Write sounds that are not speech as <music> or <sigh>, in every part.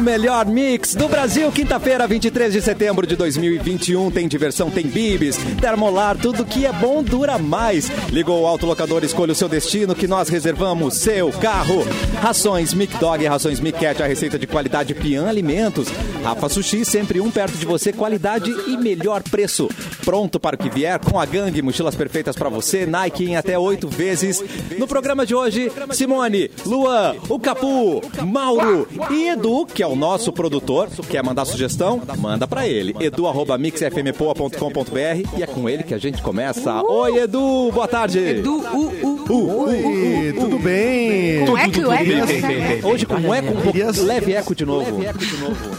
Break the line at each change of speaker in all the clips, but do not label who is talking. melhor mix do Brasil. Quinta-feira, 23 de setembro de 2021. Tem diversão, tem bibis, termolar, tudo que é bom dura mais. Ligou o autolocador, escolha o seu destino que nós reservamos seu carro. Rações Mic Dog, rações Mic Cat, a receita de qualidade Pian Alimentos. Rafa Sushi, sempre um perto de você, qualidade e melhor preço. Pronto para o que vier com a gangue, mochilas perfeitas para você, Nike em até oito vezes. No programa de hoje, Simone, Luan, o Capu, Mauro e Edu, que é o nosso produtor. Quer mandar sugestão? Manda para ele. edu.mixfmpoa.com.br e é com ele que a gente começa. Oi, Edu, boa tarde.
Edu, u, u.
Uh,
Oi, tudo bem?
Com eco, eco.
Hoje com eco, um pouco,
Yes.
leve eco de novo.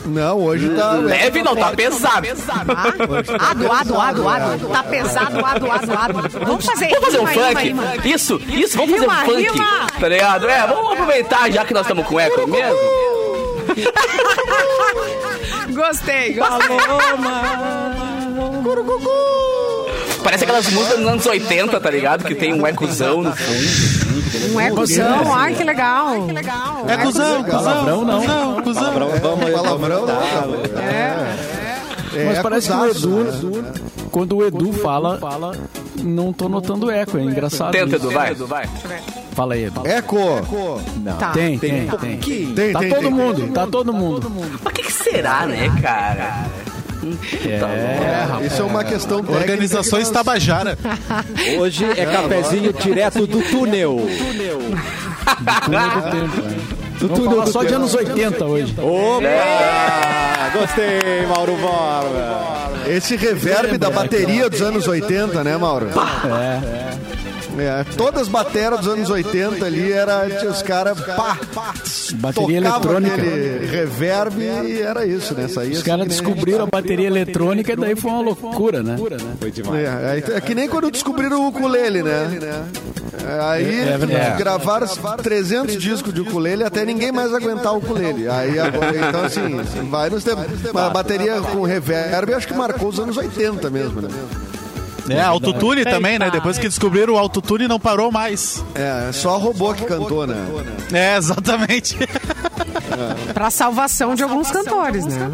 Não, hoje tá.
Leve não, tá pesado.
Ado, ado, ado, ado. Tá pesado, ado, ado, ado. Vamos fazer
Vamos fazer um
rima,
funk?
rima, rima.
Isso, isso, vamos fazer
Rima,
um funk.
rima.
Tá ligado? É, vamos aproveitar já que nós estamos com eco mesmo.
Gostei, gostei.
Parece aquelas músicas dos anos 80, tá ligado? Que tem um ecozão no fundo.
Um ecozão, ai que legal. Que legal. É
Cusão, cuzão, não. cuzão, cuzão.
Palavrão, vamos,
Palavrão,
vamos dar.
não, cara. É,
Mas
é
parece que o
acusado,
Edu,
né?
quando o Edu fala, não tô notando eco, é engraçado.
um
Tenta,
isso.
Edu, vai. Edu, vai.
Fala aí, Edu.
Eco.
Tá.
Tem,
Tem
tem,
um
tem.
pouquinho.
É Tem,
né? Tá
tem,
todo
tem.
mundo, tá todo mundo.
Mas o que, que será, né, cara?
É, rapaz.
Isso é uma questão técnica.
Organizações
que nós-
Tabajara.
Hoje é cafezinho direto do túnel. Do
Vamos
túnel
falar
do
só de
tempo.
anos 80 hoje.
Opa! Gostei, Mauro Borba.
Esse reverb da bateria dos anos 80, né, Mauro? É. Todas as baterias dos anos 80 ali era tinha os caras pá,
Bateria
tocava
eletrônica.
aquele reverb e era isso, né? Saía
Os caras descobriram a bateria eletrônica e daí foi uma loucura, né?
Foi demais.
É, é, é que nem quando descobriram o ukulele, né? Aí
É verdade.
gravaram 300 discos de ukulele até ninguém mais aguentar o ukulele. Aí agora, então assim, vai nos tempos. Mas a bateria com reverb acho que marcou os anos 80 mesmo, né?
É,
Autotune também, né? Depois que descobriram o autotune, não parou mais.
É, só robô que cantou, né?
É, exatamente.
Pra salvação de alguns cantores, né?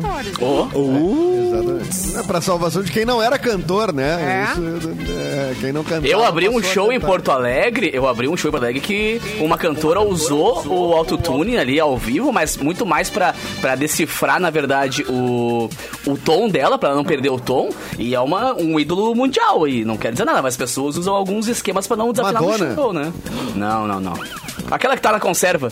É pra salvação de quem não era cantor, né?
É.
Isso, é, quem não cantava.
Eu abri um
passou a
show em
cantar.
Porto Alegre, eu abri um show em Porto Alegre que uma cantora usou o autotune ali ao vivo, mas muito mais pra, pra decifrar, na verdade, o, o tom dela, pra ela não perder o tom. E é uma, um ídolo mundial e não quer dizer nada, mas as pessoas usam alguns esquemas pra não desafinar
Madonna.
no show, né? Não, não, não. Aquela que tá na conserva.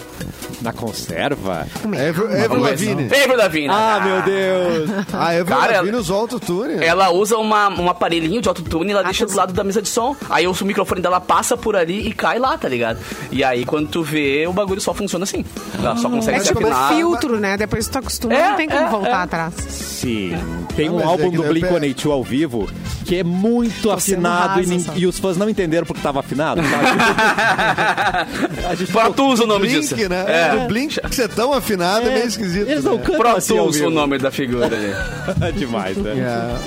Na conserva?
Ever- Ever Lavigne.
Pedro Davina.
Ah, meu Deus.
A Ever
Cara,
Lavigne usou autotune.
Ela usa uma, um aparelhinho de autotune e ela deixa do lado da mesa de som. Aí o microfone dela passa por ali e cai lá, tá ligado? E aí quando tu vê, o bagulho só funciona assim. Ela só consegue
É
se
tipo um
afinar.
filtro, né? Depois que tu acostuma,
É,
não tem como
é,
voltar
é.
atrás.
Sim. Tem
mas
um
é
álbum
que
do
deu pé.
Blink-182 ao vivo que é muito
sendo
afinado e,
rasa,
nin-
só.
e os fãs não entenderam porque estava afinado. sabe? A gente
Pro Tools o nome
Blink,
disso.
né?
É.
Do Blink ser tão afinado é, meio esquisito.
Eles não
né?
cantam
Pro
assim ao
Tools
vivo.
o nome da figura
<laughs>
ali.
Demais, né?
É.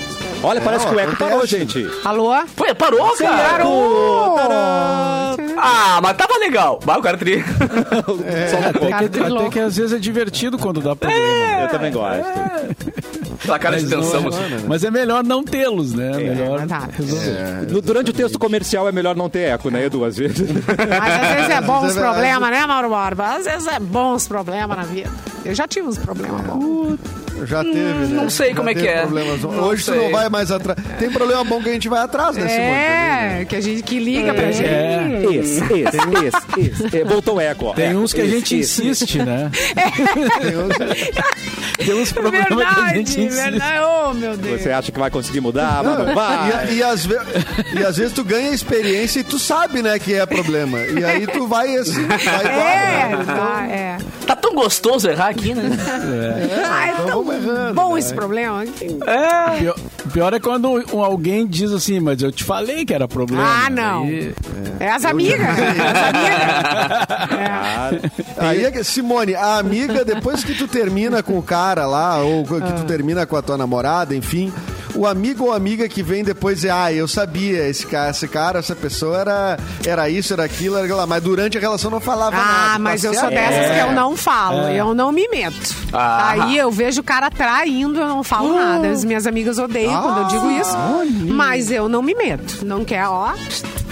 Olha, parece
ó,
que o eco
acontece.
parou, gente.
Alô?
Pô, parou, cara.
Parou!
Ah, mas tava legal. Vai, o cara tri. <laughs>
Só um pouco.
Até que, até que às vezes é divertido quando dá né? problema.
Eu também gosto.
Aquela cara de tensão.
Mas, não é- mas é melhor não tê-los, né? É melhor
verdade.
resolver.
No- durante o texto comercial é melhor não ter eco, né, Edu? Às vezes.
Mas às vezes é bom
Às
os
vezes é-
problemas, né, Mauro Borba? Às vezes é bom os problemas na vida. Eu já tive uns problemas bons.
Já teve, né?
não sei
Já
como é
teve
que é.
problemas.
Não
Hoje tu
sei.
não vai mais atrás. Tem problema bom que a gente vai atrás, né, Simone?
É, que a gente que liga pra gente.
É,
Esse, esse, <laughs> esse, esse. É, Voltou o eco, ó.
tem uns
É
que a
Esse,
gente
esse.
insiste, né?
Tem uns-
Tem
É
uns problemas que a gente
Verdade,
insiste.
verdade. Oh,
<laughs>
meu Deus.
Você acha que vai conseguir mudar? Mas
<laughs>
não vai.
<laughs> E, e às ve- e às vezes tu ganha experiência e tu sabe, né, que é problema. E aí tu vai assim,
É.
vai guarda,
É,
né?
tá, é.
Tá tão gostoso errar aqui, né?
Ah, é tão
vamos errando,
bom
né?
esse problema. Que-
Pior, pior é quando um- alguém diz assim, mas eu te falei que era problema.
Ah, não.
Aí-
É as amigas. É as amigas.
Ah, tá Aí é que- Simone, a
Ah.
amiga, depois que tu termina com o cara lá, ou que tu termina com a tua namorada, enfim, o amigo ou amiga que vem depois é, ah, eu sabia, esse cara, esse cara essa pessoa era, era isso, era aquilo, era aquilo lá. Mas durante a relação não falava nada.
Ah,
tá
mas eu
certo? É.
sou dessas que eu não falo, eu não me meto.
Ah.
Aí eu vejo o cara traindo, eu não falo nada.
Ah.
As minhas amigas odeiam quando eu digo isso, mas eu não me meto. Não quer, ó.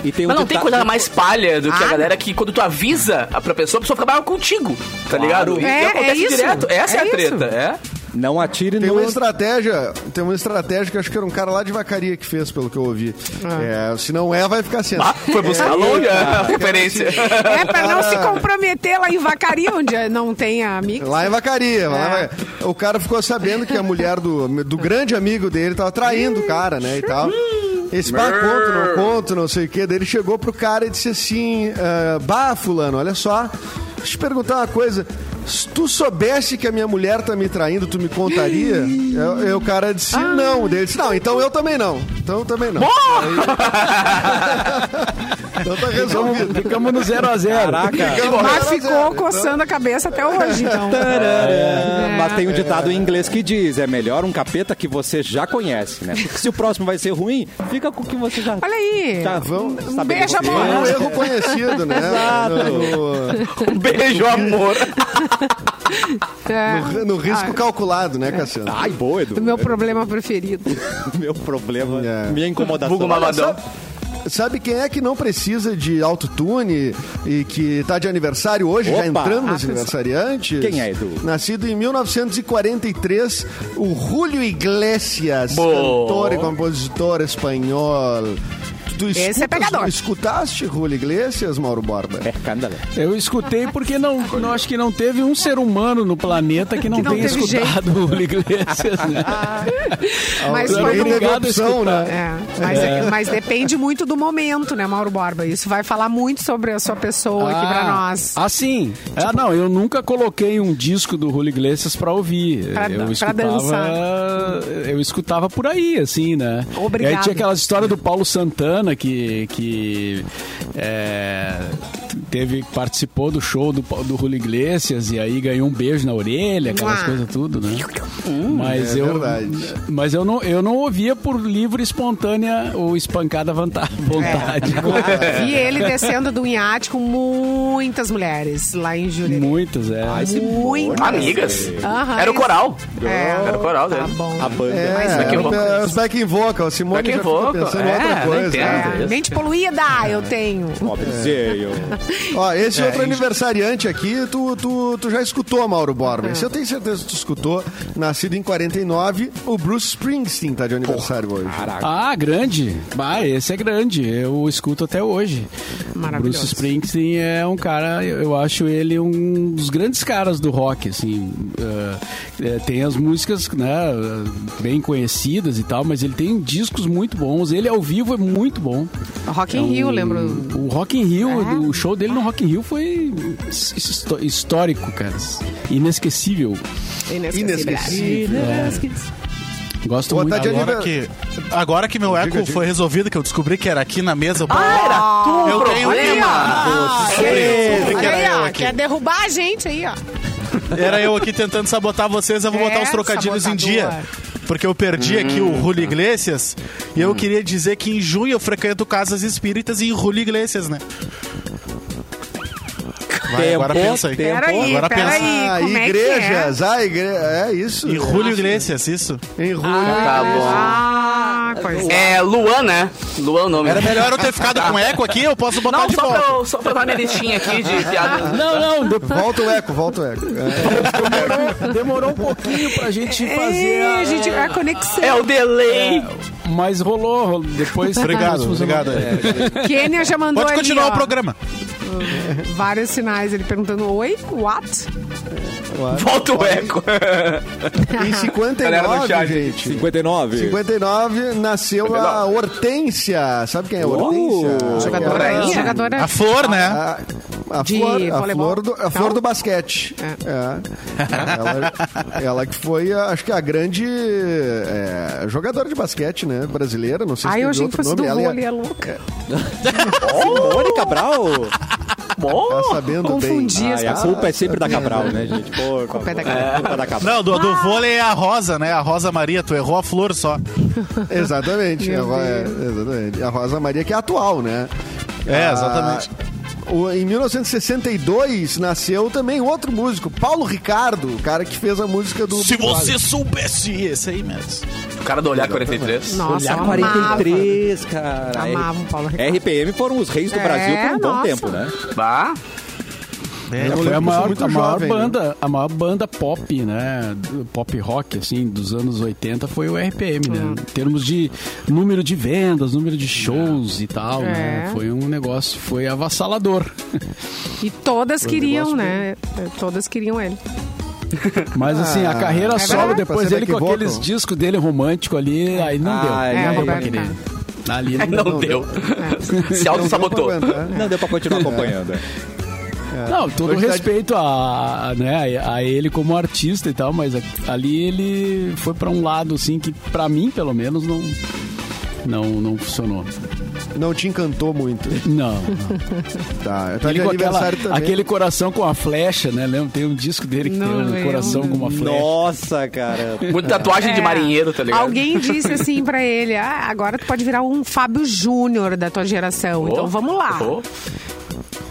E tem um
Mas não tem
ditado-
coisa mais palha do que a
Ah.
galera que quando tu avisa a- pra pessoa, a pessoa fica brava contigo, tá ligado? E
É, é isso.
direto. Essa é,
É
a treta,
isso.
é?
Não atire
Tem
no...
uma estratégia, tem uma estratégia que eu acho que era um cara lá de vacaria que fez, pelo que eu ouvi.
Ah.
É, se não é, vai ficar sendo.
Ah, foi
É,
buscar longe a referência.
É pra não se comprometer lá em Vacaria, onde não tem amigo.
Lá é em Vacaria. lá em Vacaria. O cara ficou sabendo que a mulher do, do grande amigo dele tava traindo o cara, né? E tal. Esse pá, conto, não conto, não sei o quê. Daí ele chegou pro cara e disse assim: ah, Bah, Fulano, olha só. Deixa eu te perguntar uma coisa. Se tu soubesse que a minha mulher tá me traindo, tu me contaria? Eu, eu, o cara disse não. Daí ele disse: Não, então eu também não. Então eu também não. Aí- <laughs> então tá resolvido.
Ficamos no 0 a 0
Caraca.
<laughs>
é.
né?
Mas ficou coçando a cabeça até hoje, então.
Tá.
Tarará. Mas tem um ditado em inglês que diz: é melhor um capeta que você já conhece, né? Porque se o próximo vai ser ruim, fica com o que você já.
Olha aí.
já
Tá, vamos-
Um
sabe
beijo,
que você-
amor.
É um erro conhecido, né?
Exato.
No- no-
Um beijo,
<laughs>
amor.
É.
No, no risco
Ah.
calculado, né,
Ah.
Cassiano?
Ai, boa, Edu.
Do meu problema preferido.
<laughs> Meu problema,
É.
minha incomodação.
Vulgo mamadão.
Sabe quem é que não precisa de autotune e que tá de aniversário hoje, já
Opa!
entrando nos
Ah,
aniversariantes?
Quem é, Edu?
Nascido em 1943, o Julio Iglesias,
Boa.
cantor e compositor espanhol. Tu
Esse é pegador.
Escutaste Julio Iglesias, Mauro Borba?
É, escândalo.
Eu escutei porque não, não- acho que não teve um ser humano no planeta que não,
Que não
tenha
teve
escutado o Julio Iglesias. né?
Mas
Claro,
Também
foi
obrigado.
um
teve opção,
a escutar.
né?
É, mas, mas depende muito do momento, né, Mauro Borba? Isso vai falar muito sobre a sua pessoa aqui pra nós. Tipo-
Ah, sim. Ah, não, eu nunca coloquei um disco do Julio Iglesias pra ouvir.
Pra-
eu
pra dançar.
Eu escutava por aí, assim, né?
Obrigado.
E aí tinha aquela história do Paulo Santana que, que é, teve, participou do show do, Pa- do Julio Iglesias e aí ganhou um beijo na orelha, aquelas
Uá.
coisas tudo, né? Mas
é
eu,
verdade.
mas eu não, eu não ouvia por livre, espontânea ou espancada vanta-
É. <laughs>
vontade.
Vi ele descendo do iate com muitas mulheres lá em Jurerê.
Muitas, é.
Muitas.
Amigas.
Aham,
Era o
isso.
coral.
É.
Era o coral
Tá
dele.
bom.
A banda.
É,
Mas
back
é,
vocal.
é, os back vocal. A Simone
Back
já
vocal,
fica pensando em
é,
outra
não
coisa.
entendo.
né?
É, mente poluída, eu tenho.
Pobrezinho.
Ó, esse outro aniversariante aqui, tu, tu, tu já escutou, Mauro Borba. Esse eu tenho certeza que tu escutou. Nascido em 49, o Bruce Springsteen tá de aniversário hoje.
Caraca.
Ah, grande. Ah, esse é grande. Eu escuto até hoje.
Maravilhoso.
Bruce Springsteen é um cara, eu eu acho ele um dos grandes caras do rock, assim. Ah, é, tem as músicas, né, bem conhecidas e tal, mas ele tem discos muito bons. Ele ao vivo é muito bom.
Rock in
É um-
Rio, lembro. É.
O Rock in Rio, o show dele no Rock in Rio foi his- his- histórico, cara. Inesquecível.
Inesquecível.
Gosto
Pô,
muito.
tá de
Agora-
Agora
Diga-
que, agora que meu eco foi resolvido, que eu descobri que era aqui na mesa, eu,
Ah, era tu
eu
o
tenho um
problema.
Ah,
descobri que
Olha
era
aí,
eu
ó,
aqui.
quer derrubar a gente aí, ó.
Era eu aqui tentando sabotar vocês, eu vou botar
É,
os trocadilhos em
sabotador.
dia. Porque eu perdi aqui o Julio Iglesias e eu queria dizer que em junho eu frequento casas espíritas em Julio Iglesias, né? Vai, agora
Tempo,
pensa aí.
tempo.
Peraí,
agora pensa.
peraí,
Ah,
como é que é?
igrejas, ah, igre... é isso.
Em Julio Iglesias, isso.
Em Rúlio.
Tá bom.
Ah, coisa.
É Luan, né? Luan é o nome.
Era melhor eu ter ficado com eco aqui, eu posso botar
Não,
de
só
volta.
pra, eu, só pra dar minha listinha aqui de
<laughs>
piada.
Não, não, depois.
Volta o eco, volta o eco. É.
Demorou um pouquinho pra gente fazer
<laughs> é. Ei,
a...
a gente, a conexão.
É o delay.
Mas rolou, rolou. <laughs> depois...
Obrigado,
depois
obrigado.
Kênia já mandou
Pode continuar
ali,
o
ó,
programa.
Vários sinais, ele perguntando, oi, what?
Volta o eco.
Em
Galera do
59,
chat.
gente.
59.
59 nasceu a Hortência. Sabe quem é a
Uou!
Hortência?
<laughs> Jogadora,
é
Rainha.
jogadora
A flor,
Ah,
né?
A, a
De
flor, a
voleibol?
flor do, a
Não?
flor do basquete. É. Ela, ela que foi, acho que a grande é, jogadora de basquete, né? Brasileira, não sei se
Ai,
tem
eu achei que
outro
fosse
nome.
do
ela é-
vôlei, é louca.
Simone Cabral.
Bom,
Tá sabendo
Oh! Confundi as
Ai, a
pessoas.
culpa é sempre da Cabral, né, gente? Pô,
Culpa é da
Cabral.
Cabral.
Culpa da Cabral.
Não, do, do vôlei é a rosa, né? A Rosa Maria, tu errou a flor só.
bem. <laughs> Exatamente.
Meu
Ela é- exatamente. A Rosa Maria, que é atual, né?
É,
Ah,
exatamente.
o- em 1962 nasceu também um outro músico, Paulo Ricardo, o cara que fez a música do.
Se
Pink Floyd.
você soubesse, esse aí mesmo.
o cara do Olhar 43.
Nossa,
Olhar
eu
43, cara.
amava. Amava o Paulo Ricardo.
RPM foram os reis do Brasil
É,
por um bom
nossa.
tempo, né?
Bah,
Eu
É,
lembro
Foi a
que eu sou
maior,
muito
a maior
jovem, né?
banda, a maior banda pop, né? do- Pop rock, assim, dos anos 80 foi o RPM, né? Em termos de número de vendas, número de shows e tal, né?
É.
Foi um negócio, foi avassalador.
<laughs>
E todas queriam, né? Todas queriam ele.
Mas assim,
Ah.
a carreira solo
verdade. Pra
depois
ser
ele com
back
aqueles
vocal.
discos dele romântico ali, aí
Ah,
não deu.
Ai,
Aí
É,
não deu pra
Roberto
querer.
Carlos.
Ali não,
É não,
deu.
deu.
É.
Se auto-sabotou.
Não deu pra aguentar.
Não deu pra continuar acompanhando. é.
<laughs>
Não, todo
Hoje tá-
respeito a, a, né, a ele como artista e tal, mas a- ali ele foi pra um lado assim que pra mim, pelo menos, não não não funcionou.
Não te encantou muito.
Não.
Tá, tá
Ele
de
com aquela,
aniversário também.
aquele coração com a flecha, né? Lembra? Tem um disco dele que
Não
tem um
lembro.
coração com uma flecha.
Nossa, cara.
Muita tatuagem de
É.
marinheiro, tá ligado?
Alguém
<laughs>
disse assim pra ele: ah, agora tu pode virar um Fábio Júnior da tua geração.
Oh,
Então vamos lá.
oh.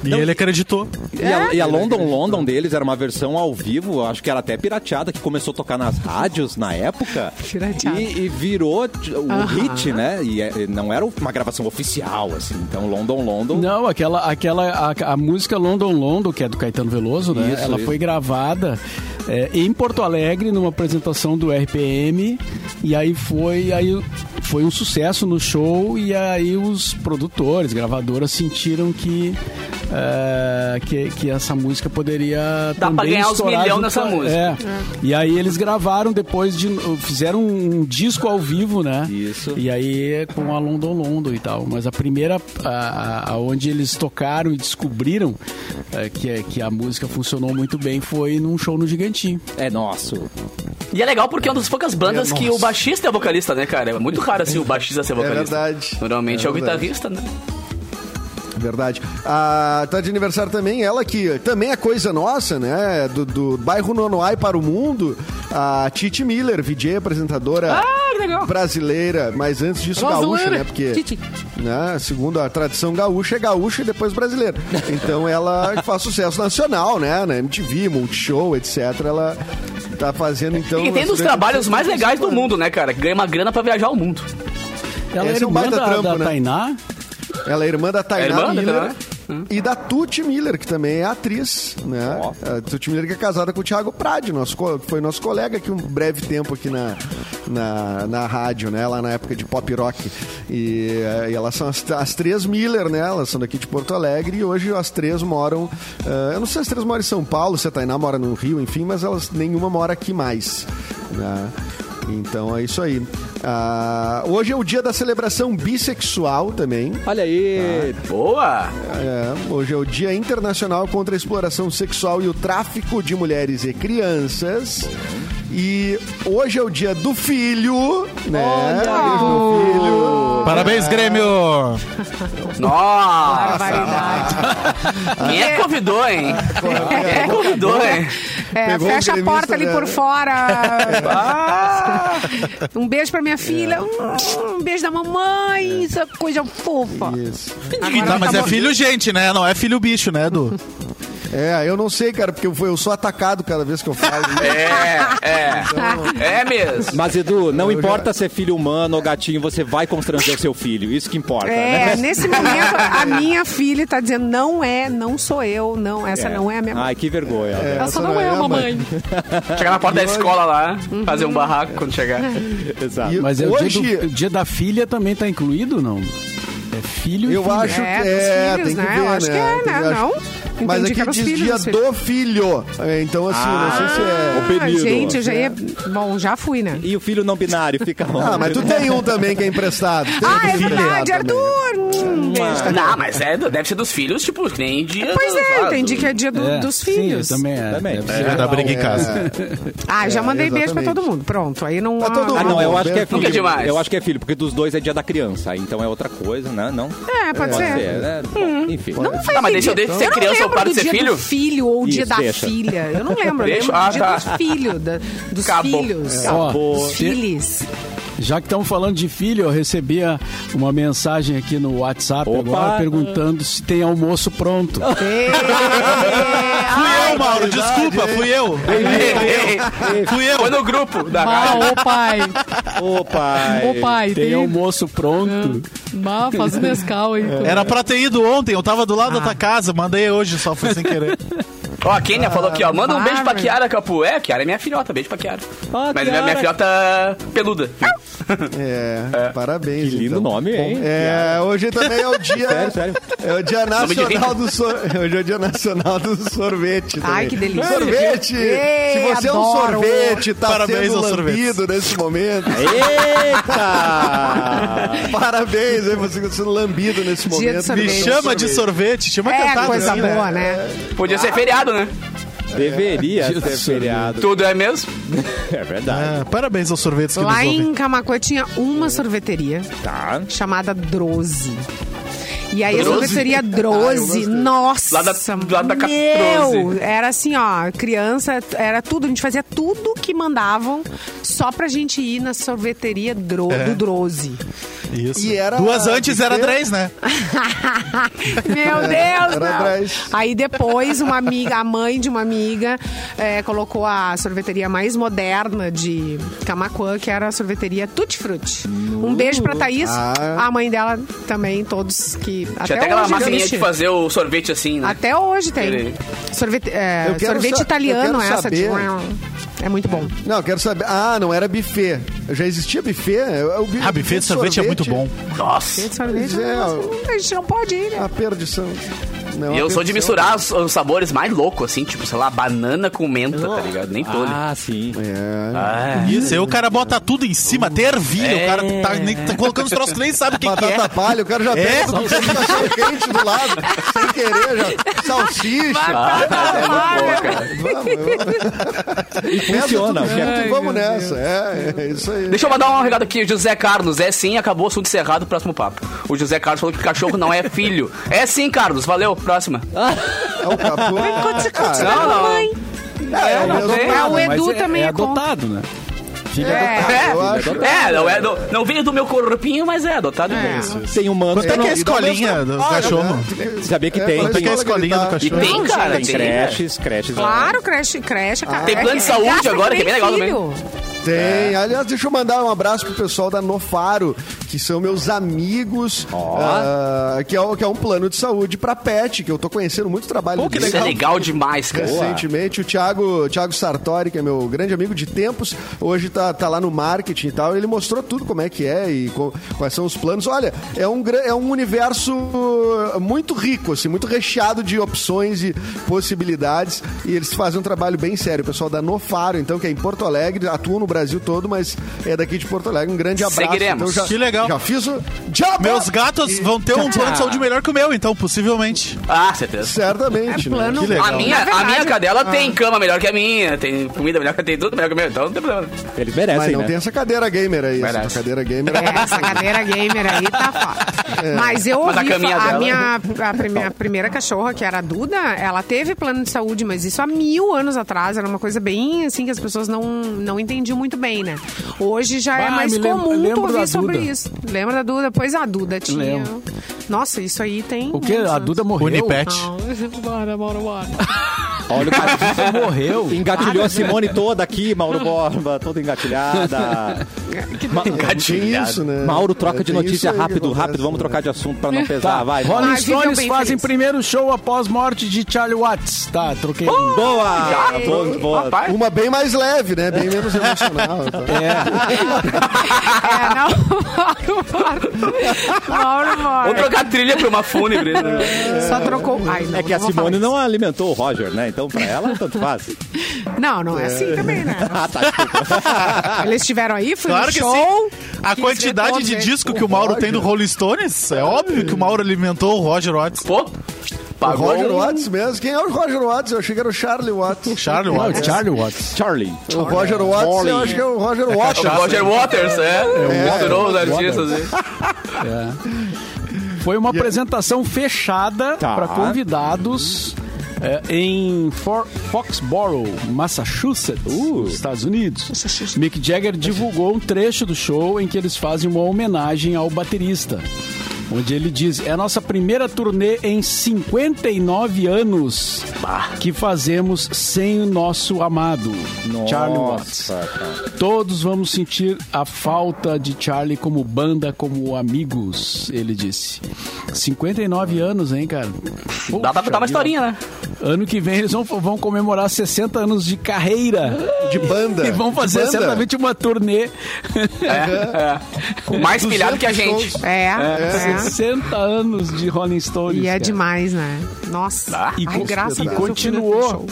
E ele acreditou.
E a, e a London London deles era uma versão ao vivo, acho que era até pirateada, que começou a tocar nas rádios na época.
Pirateada.
E, e virou t- o
Aham.
hit, né? E, é- e não era uma gravação oficial, assim. Então, London London.
Não, aquela, aquela a, a música London London, que é do Caetano Veloso, né?
Isso,
Ela
isso.
foi gravada é, em Porto Alegre numa apresentação do RPM e aí foi aí foi um sucesso no show e aí os produtores, gravadoras sentiram que é, que, que essa música poderia
Dá pra
também
ganhar os
estourar
milhão
junto
nessa
a-
música.
é. E aí eles gravaram depois de fizeram um disco ao vivo, né?
Isso.
E aí é com a London London e tal. Mas a primeira, a, a- aonde eles tocaram e descobriram é, que, é- que a música funcionou muito bem foi num show no Gigantinho.
É nosso.
E é legal porque é uma das poucas bandas
É,
que o
nossa.
baixista é vocalista, né, cara? É muito raro, assim, o baixista ser vocalista.
É verdade.
Normalmente é,
É
o
verdade.
guitarrista, né?
Verdade. Ah, tá de aniversário também ela que também é coisa nossa, né? Do, do bairro Nonoai para o mundo. A Titi Miller, VJ
Ah,
apresentadora brasileira, mas antes disso gaúcha, né? Porque,
Titi.
né, segundo a tradição gaúcha, é gaúcha e depois brasileira. Então ela faz sucesso nacional, né? Na MTV, Multishow, etc. Ela tá fazendo, então...
e tem dos
durante
trabalhos mais
esses
legais do
anos.
mundo, né, cara? Que ganha uma grana pra viajar o mundo.
Ela
Esse é
era
um
irmã
baita
da,
trampo,
da
né?
Tainá.
Ela é irmã da Tainá
irmã da né? Tainá?
Miller e da Tuti Miller, que também é atriz, né?
Ó.
A Tuti Miller que é casada com o Thiago Prade, nosso, co- foi nosso colega aqui um breve tempo aqui na, na, na rádio, né? Lá na época de pop rock. E, eh, e elas são as, as três Miller, né? Elas são daqui de Porto Alegre e hoje as três moram... eh, eu não sei se as três moram em São Paulo, se a Tainá mora no Rio, enfim, mas elas nenhuma mora aqui mais, né? Então é isso aí. Ah, hoje é o dia da celebração bissexual também.
Olha aí.
Boa!
É, hoje é o Dia Internacional contra a Exploração Sexual e o Tráfico de Mulheres e Crianças. E hoje é o dia do filho, né? Beijo no filho.
Parabéns, Grêmio!
Barbaridade.
Quem é que convidou, hein? Quem é que convidou, hein?
É,
Pegou um
fecha a
gremista, É.
porta ali
né?
por fora. um beijo pra minha filha. Um, um beijo da mamãe. Isso é coisa fofa.
Isso.
Agora
Tá, mas
tá
é
bom.
filho gente, né? Não é filho bicho, né, Edu?
É, eu não sei, cara, porque eu, fui- eu sou atacado cada vez que eu falo. né?
É, é. É mesmo.
Mas, Edu, não importa se é filho humano ou gatinho, você vai constranger o seu filho. Isso que importa,
tá,
<laughs> né?
É, nesse momento, a minha filha tá dizendo: não é, não sou eu, não, essa não é a minha mãe.
Ai, que vergonha.
É,
Essa não é a mamãe.
Chegar na porta da escola lá, fazer um barraco quando chegar.
Exato.
E
Mas é
hoje,
o, dia do- o dia da filha também tá incluído, não? É filho e
eu
filha.
acho que
É,
é,
dos filhos,
tem que ver,
né? Eu acho que é,
Tem-
né?
acho-
Não?
Mas
Entendi
aqui
que era os
diz
filhos
dia
dos filhos. Ah,
do filho. É, Então, assim, não sei se é.
Ah, o Benildo.
gente, eu já ia... Bom, já fui, né?
E o filho não binário fica onde?
Ah, mas tu tem um também que é emprestado. Tem um
Ah, é
filho
verdade,
emprestado também. né?
Arthur! Hum, beijo, tá?
Não, mas é, do- deve ser dos filhos, tipo, que nem dia.
Pois
do-
é, eu
ah,
entendi
do-
que é dia do-
É,
dos
Sim,
filhos.
eu também é.
Também.
Deve
É,
ser.
dá briga em casa.
Ah, já mandei beijo pra
exatamente.
todo mundo. Pronto, aí não...
Pra todo
Ah, não, eu acho que é
Nunca
filho.
é demais.
Eu acho que é filho, porque dos dois é dia da criança, aí então é outra coisa, né? Não?
É, pode ser.
né? Bom, enfim.
Não vai
Tá, mas
ter
deixa eu-
dia-
deixa eu ser
não
criança, eu
lembro
paro de
do
ser
dia
filho?
do filho ou o dia
Isso,
da
deixa.
filha. Eu não lembro.
Deixa-
eu lembro do
ah,
dia
tá.
dos filhos. da- Dos
Acabou. É.
filhos.
É.
Ó,
Dos
te-
filhos.
Já que estamos falando de filho, eu recebi a- uma mensagem aqui no WhatsApp
Opa.
agora perguntando se tem almoço pronto.
Fui eu, Mauro, desculpa, fui eu. Fui eu.
Foi no grupo da
Ah,
rádio.
ô pai,
Ô, pai.
ô pai,
Tem
tem...
almoço pronto.
Ah, faz um Nescau aí.
Era pra ter ido ontem, eu tava do lado da tua casa, mandei hoje, só fui sem <laughs> querer.
Ó, a Kênia falou aqui, ó. Manda um beijo pra
Bárbara.
Kiara, Capu. É, Kiara é minha filhota, beijo pra Kiara.
Ah,
Mas minha, minha
Kiara.
filhota peluda. né?
É, parabéns.
Que lindo
então.
nome, hein?
É, hoje também é o
<laughs>
dia.
Sério, sério.
É o dia nacional
vinho.
do sor... Hoje é o dia nacional do sorvete. também.
Ai, que delícia.
Sorvete!
Ei,
Se você é
adoro.
um sorvete, tá
Parabéns
sendo
aos
lambido
sorvetes.
nesse momento.
Eita!
Parabéns, hein? Você tá sendo lambido nesse
Dia de
momento.
sorvete.
Me chama de sorvete, chama
É
cantado.
coisa
assim, né?
boa, né?
Podia ser feriado, né?
Deveria ser feriado.
Tudo é mesmo.
É verdade.
Ah, parabéns aos sorvetes que
Lá
nos ouvem.
em Camacuã tinha uma sorveteria
Tá.
chamada Droze. E aí a
Droze? <laughs> Ah,
sorveteria Droze, nossa,
Lá da- lá da Cap-
meu,
Droze.
era assim, ó, criança, era tudo, a gente fazia tudo que mandavam só pra gente ir na sorveteria Dro-
É.
do
<laughs>
Droze.
Isso.
E era-
Duas antes era
Era-
três, né?
Meu Deus,
Era
não.
atrás.
Aí depois uma amiga, a mãe de uma amiga, eh, colocou a sorveteria mais moderna de Camacuã, que era a sorveteria Tutti Frutti. Um beijo pra Thaís,
Ah.
a mãe dela também, todos que até,
Tinha até aquela
hoje
maquininha
existe.
de fazer o sorvete assim, né?
Até hoje tem.
Ele-
Sorvete, eh,
Eu quero
sorvete
sa-
italiano
eu quero
essa de-
saber.
É muito bom.
Não, quero saber. Ah, não era buffet. Já existia buffet? é O bu-
Ah, buffet de sorvete é muito bom.
Nossa.
Sorvete, sorvete,
Pois é.
nossa, a gente não pode ir, né?
A perdição. Não,
E
a
eu sou de
perdição.
misturar os, os sabores mais loucos, assim, tipo, sei lá, banana com menta, tá ligado? Nem tolho.
Ah, sim.
Isso, aí É. o cara bota tudo em cima, até ervilha. O
É.
cara tá, nem- <laughs> tá colocando os troços que nem sabe o que, que
Batata
é.
palha, o cara já pega do cachorro quente do lado, sem querer, já. Salsicha.
É
E funciona.
Tudo
porque-
junto, vamos nessa. É, é isso aí.
Deixa eu mandar um recado aqui, José Carlos. É sim, acabou o assunto encerrado, próximo papo. O José Carlos falou que cachorro não é filho. É sim, Carlos, valeu, próxima.
É o capô. Ah,
não, não.
é, é o
não
mesmo
tem.
Ah, o
Mas
Edu
é,
também
é
é contra.
adotado, né? Filho
É.
adotado.
eu
É,
acho.
é, não, é do- não veio do meu corpinho, mas é adotado mesmo.
Tem humano.
Quanto é que é a escolinha do cachorro?
Sabia que
É,
tem. tem
mas
Quanto é que é a
escola que ele
escolinha
tá?
do
E tem,
cachorro?
Tem, cara,
tem
tem, né?
creches, creches.
Claro, creche, creche. cara.
Tem plano de
É
saúde
gasta que
agora, que é bem
nem
legal
filho.
É.
Tem. Aliás, deixa eu mandar um abraço pro pessoal da Nofaro, que são meus amigos, ah, que, é, o- que é um plano de saúde pra pet, que eu tô conhecendo muito o trabalho
Pô, que
deles.
Isso é legal demais, cara.
Recentemente, o Thiago, Thiago Sartori, que é meu grande amigo de tempos, hoje tá, tá lá no marketing e tal. Ele mostrou tudo como é que é e co- quais são os planos. Olha, é um, gra- é um universo muito rico, assim, muito recheado de opções e possibilidades. E eles fazem um trabalho bem sério. O pessoal da Nofaro, então, que é em Porto Alegre, atuam no Brasil todo, mas é daqui de Porto Alegre. Um grande abraço.
Seguiremos.
Então, já,
Que legal.
Já fiz o. Já
Meus gatos vão ter um plano de saúde melhor que o meu, então, possivelmente.
Ah, certeza.
Certamente.
É
né?
plano-
Que legal.
A minha,
Na
a
verdade,
minha cadela tem cama melhor que a minha, tem comida melhor que a tem tudo melhor que a minha, então não tem problema.
Eles merecem,
Mas não
né?
tem essa cadeira gamer aí.
Merece.
Essa cadeira
<laughs>
gamer.
É, essa cadeira gamer aí tá foda.
<laughs> É.
Mas eu
Mas a
ouvi,
caminha
fa- a,
dela-
minha, a primeira, primeira cachorra, que era a Duda, ela teve plano de saúde, mas isso há mil anos atrás, era uma coisa bem assim que as pessoas não, não entendiam muito bem, né? Hoje já é
Ah,
mais
me lembro-
comum
lembro
tu
da
ouvir sobre
Duda.
isso. Lembra da Duda? Pois a Duda tinha.
Lembro.
Nossa, isso aí tem.
O que?
muitos
A
anos.
Duda morreu?
Unipet.
<laughs>
<laughs>
Bora, bora, bora.
Olha o cara.
Morreu?
<laughs> Engatilhou a Simone toda aqui, Mauro Borba, toda engatilhada.
Tem
Engatilhado.
isso, né?
Mauro, troca
É,
de
tem isso
notícia
aí que
rápido,
acontece,
rápido. Vamos
né?
trocar de assunto pra não pesar. Vai.
Rolling
Mas vivam
Stones
bem
fazem
felizes.
primeiro show após morte de Charlie Watts. Tá, troquei.
Uh! Boa! Boa, boa.
Rapaz,
É. Uma bem mais leve, né? Bem menos emocional. tá?
É, não, <laughs> Mauro Borba. Mauro
vou
Borba.
trocar a trilha pra uma fúnebre.
<laughs>
né?
Só trocou. Ai, não,
É que a
não vou falar
Simone
isso.
não alimentou o Roger, né? Então, pra ela, tanto faz.
Não, não é assim também, né?
Ah, tá, desculpa.
Eles estiveram aí, foi
Claro
um
que
show.
sim. A
quis ver
quantidade
todos
de
eles.
disco que o Mauro tem do Rolling Stones, é óbvio que o Mauro alimentou o Roger Watts.
Pô,
O
pagou.
Roger
um-
Watts mesmo. Quem é o Roger Watts? Eu achei que era o Charlie
<laughs>
Watts.
Charlie
Não,
Watts.
Charlie Watts.
<laughs> Charlie.
O Roger Watts, eu acho que é o Roger Watts. né?
O Roger Waters, é. Misturou os
Roger
artistas. né? hein?
Foi uma apresentação fechada
Tá.
para convidados é, em For- Foxborough, Massachusetts, nos Estados Unidos. Mick Jagger divulgou um trecho do show em que eles fazem uma homenagem ao baterista. Onde ele diz, é a nossa primeira turnê em 59 anos que fazemos sem o nosso amado, Charlie Watts. Todos vamos sentir a falta de Charlie como banda, como amigos, ele disse. 59 anos, hein, cara?
Dá pra contar uma
Puxa vida.
historinha, né?
Ano que vem eles vão, vão comemorar 60 anos de carreira.
De banda.
é, E vão fazer
De banda.
certamente uma turnê.
É, é. Mais pilhado que a gente.
É,
<laughs>
é.
60 anos de Rolling Stones.
E é
cara.
demais, né? Nossa.
Tá.
E
Ai,
con-
graças a
e
Deus. eu fui
continuou.
nesse show.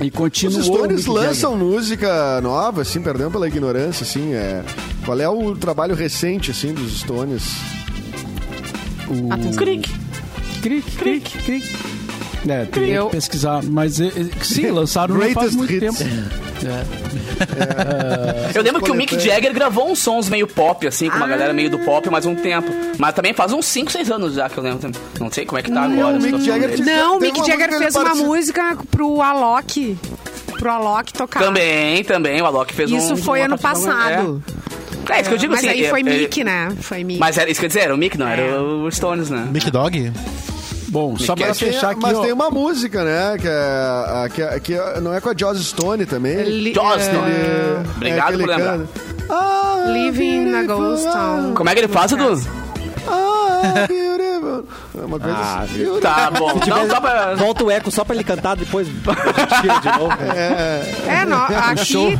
E
Os
né, continuou. o
Stones
Mick
lançam música nova, assim, perdão pela ignorância, assim, é... Qual é o trabalho recente, assim, dos Stones?
Atenção.
Jagger. Cric, cric, cric. É, tem
Eu-
que pesquisar. Mas é, é, sim,
<laughs>
lançaram não faz
Greatest
muito
Hits.
tempo.
Eu lembro que o Mick
coletâneas.
Jagger gravou uns sons meio pop, assim, com uma galera meio do pop, mas um tempo. Mas também faz uns 5, 6 anos já que eu lembro. também. Não sei como é que tá agora. a
o Mick
situação
Jagger
dele.
tinha-
Não, o
Tem
Mick
uma
Jagger
música
fez
que ele
uma
participa-
música pro Alok. Pro Alok tocar.
Também, também, o Alok fez um.
Isso foi
uma
ano
participação-
passado.
É, é isso que eu digo
Mas
assim.
aí
é-
foi
é-
Mick, né? Foi Mick.
Mas era isso que eu ia dizer, era o Mick, não,
É.
era o Stones, né?
Mick Dog?
Bom, só para
Mas, tem,
fechar aqui,
mas
ó.
tem uma música, né? Que, é, a- que, é- que é- não é com a Joss Stone também?
Li-
Joss, não.
é,
Obrigado
aquele
por lembrar.
cano. Ah,
Living in a
beautiful,
Ghost Town.
Como é que ele faz, Edu?
Ah, beautiful. É uma coisa
Ah,
assim.
viu?
Tá bom. Não, só pra.
Volta o eco só pra ele cantar, depois <laughs> a gente tira de novo.
É, não,
<laughs>
aqui.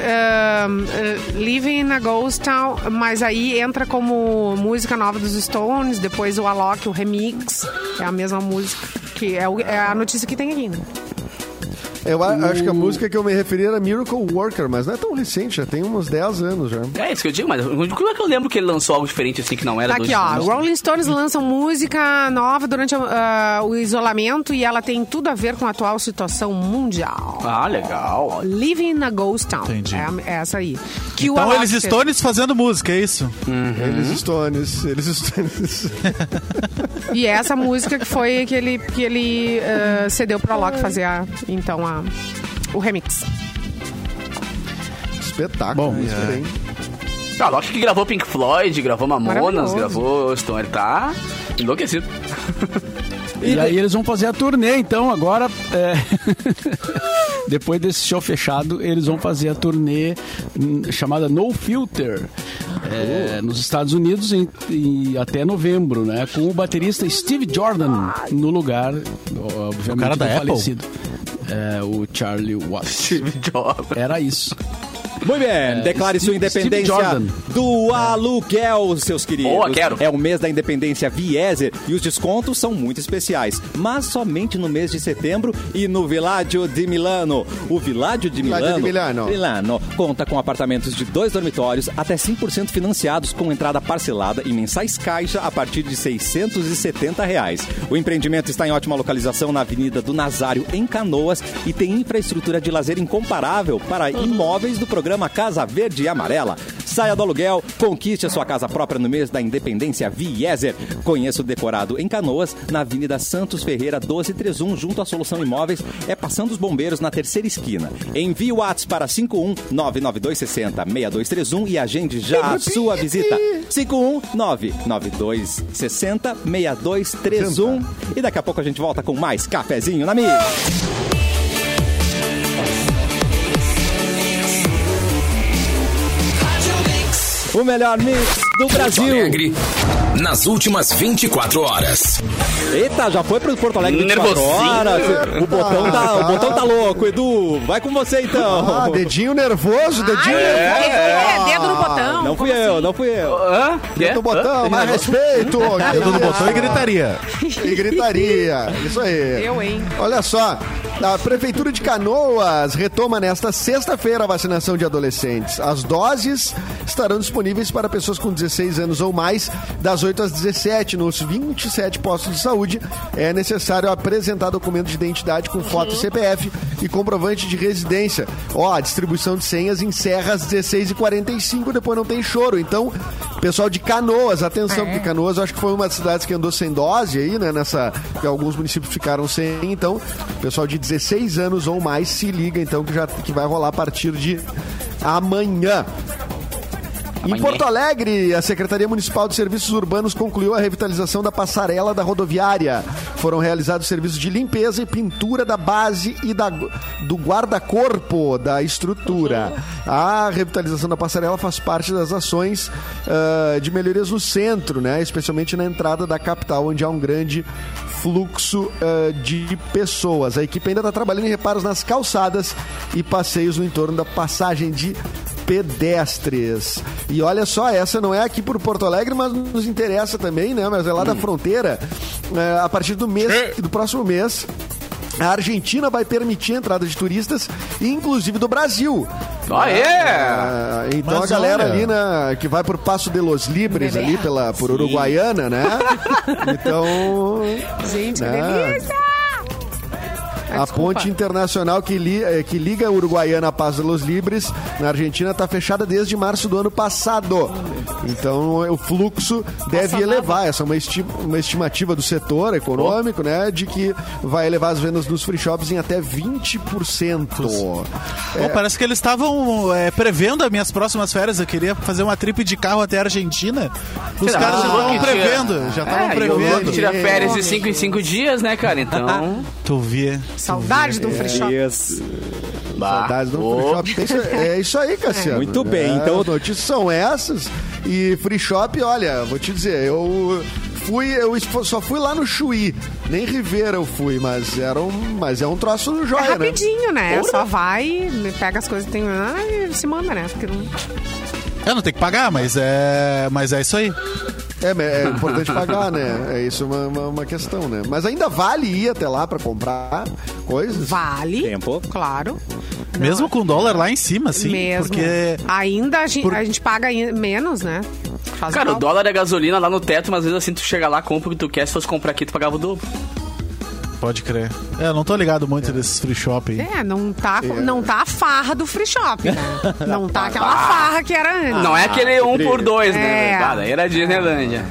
ehm, eh, Living in a Ghost Town, mas aí entra como música nova dos Stones, depois o Alok, o remix. É a mesma música. Que é, o- é a notícia que tem aqui, né?
Eu a- acho que a música que eu me referi era Miracle Worker, mas não é tão recente, já tem uns 10 anos já.
É isso que eu digo, mas como é que eu lembro que ele lançou algo diferente assim que não era
Tá
do
aqui, ó.
né?
Stones?
Rolling Stones lançam música nova durante ah, o isolamento e ela tem tudo a ver com a atual situação mundial.
Ah, legal.
Living in a Ghost Town.
Tá. Entendi.
É, a- é essa aí. Que
Então
Alok
eles
fez.
Stones fazendo música, é isso?
Eles Stones, eles Stones.
E é essa música que foi que ele, que ele eh, cedeu pro Alok fazer a, então a, o remix.
Espetáculo.
Bom,
isso, hein?
Ah, lógico que gravou Pink Floyd, gravou Mamonas,
Maravilhoso.
gravou Stone, ele tá enlouquecido. <laughs>
E aí eles vão fazer a turnê, então agora. é, <laughs> Depois desse show fechado, eles vão fazer a turnê hum, chamada No Filter é, nos Estados Unidos em, em- até novembro, né? Com o baterista Steve Jordan no lugar, obviamente,
O cara da
do
Apple?
falecido. É, o Charlie Watts.
Steve Jobs.
Era isso.
Muito bem, declare sua
Steve-
independência
Steve Jordan.
do aluguel, seus queridos.
Boa, quero.
É o mês da independência Vieser e os descontos são muito especiais, mas somente no mês de setembro e no Viládio di Milano. O Viládio di Milano,
Viládio di Milano.
Milano conta com apartamentos de dois dormitórios até 100% financiados com entrada parcelada e mensais caixa a partir de R$ 670 reais. O empreendimento está em ótima localização na Avenida do Nazário, em Canoas, e tem infraestrutura de lazer incomparável para imóveis do programa Casa Verde e Amarela. Saia do aluguel, conquiste a sua casa própria no mês da Independência Vieser. Conheça o decorado em Canoas, na Avenida Santos Ferreira 1231, junto à Solução Imóveis, é passando os bombeiros na terceira esquina. Envie o WhatsApp para 51 99260 6231 e agende já a sua visita. 51 99260 6231. E daqui a pouco a gente volta com mais cafezinho na mídia. o melhor mix do Brasil.
Alegre, nas últimas 24 horas.
Eita, já foi pro Porto Alegre 24
Nervosinho.
horas. O botão tá, o botão tá louco, Edu. Vai com você então.
Ah, dedinho nervoso, dedinho nervoso.
é, dedo no botão.
Não fui
como
eu,
assim?
não fui eu.
é? Hã? Quê?
No botão, mais respeito.
Dedo no botão e gritaria.
E gritaria. Isso aí.
Eu, hein?
Olha só, a Prefeitura de Canoas retoma nesta sexta-feira a vacinação de adolescentes. As doses estarão disponíveis para pessoas com 16 anos ou mais, das 8 às 17, nos 27 postos de saúde. É necessário apresentar documento de identidade com foto
Uhum.
e CPF e comprovante de residência. Ó, a distribuição de senhas encerra às 16h45, depois não tem choro. Então, pessoal de Canoas, atenção, porque Canoas eu acho que foi uma das cidades que andou sem dose aí, né? Nessa. Que alguns municípios ficaram sem. Então, pessoal de 16 anos ou mais se liga, então, que, já, que vai rolar a partir de amanhã. Em Porto Alegre, a Secretaria Municipal de Serviços Urbanos concluiu a revitalização da passarela da rodoviária. Foram realizados serviços de limpeza e pintura da base e da, do guarda-corpo da estrutura. A revitalização da passarela faz parte das ações ah, de melhorias no centro, né? especialmente na entrada da capital, onde há um grande fluxo ah, de pessoas. A equipe ainda está trabalhando em reparos nas calçadas e passeios no entorno da passagem de pedestres. E olha só, essa não é aqui por Porto Alegre, mas nos interessa também, né? Mas é lá da fronteira. É, a partir do mês, do próximo mês. A Argentina vai permitir a entrada de turistas, inclusive do Brasil.
Aê!
Ah, então
Mas
a galera
olha.
ali na, que vai por Passo de los Libres, ali pela, por Uruguaiana, né? Então,
Gente, que
Ah.
delícia!
a ponte internacional que, li- eh, que liga a Uruguaiana à Paz de los Libres na Argentina está fechada desde março do ano passado. Então eh, o fluxo deve elevar. Essa é uma, esti- uma estimativa do setor econômico, né? De que vai elevar as vendas dos free shops em até 20%.
Pô, parece que eles estavam é, prevendo as minhas próximas férias. Eu queria fazer uma trip de carro até a Argentina. Os
Será?
caras já
Rolou
estavam
que tira-
prevendo. Já estavam
É, e o louco
prevendo.
tira férias de 5 em 5 dias, né, cara? Então.
Tu vê.
Saudade do free shop.
Yes.
Saudades do Free Shop. Isso é, é isso aí, Cassiano.
Muito bem,
É,
então-
As notícias são essas. E Free Shop, olha, vou te dizer, eu fui, eu espo- só fui lá no Chuí. Nem Rivera eu fui, mas, era um, mas é um troço no
É
joia, né?
rapidinho, né? Só vai, pega as coisas que tem lá e se manda, né? Porque não-
Eu não tenho que pagar, mas é, mas é isso aí.
É, mas é importante pagar, né? É isso uma, uma, uma questão, né? Mas ainda vale ir até lá pra comprar coisas?
vale.
Tempo.
Claro.
Mesmo com o dólar lá em cima, assim.
mesmo.
Porque
Ainda a gente,
por-
a gente paga ai- menos, né? Faz
Cara, o
mal.
dólar é gasolina lá no teto, mas às vezes assim tu chega lá, compra o que tu quer, se fosse comprar aqui, tu pagava o dobro.
Pode crer. É, eu não tô ligado muito desses free shop aí.
É, não tá, não tá a farra do free shop, né? Não tá aquela farra que era antes.
não é aquele um por dois, né?
Ah, É.
Cara, aí era Disneylândia.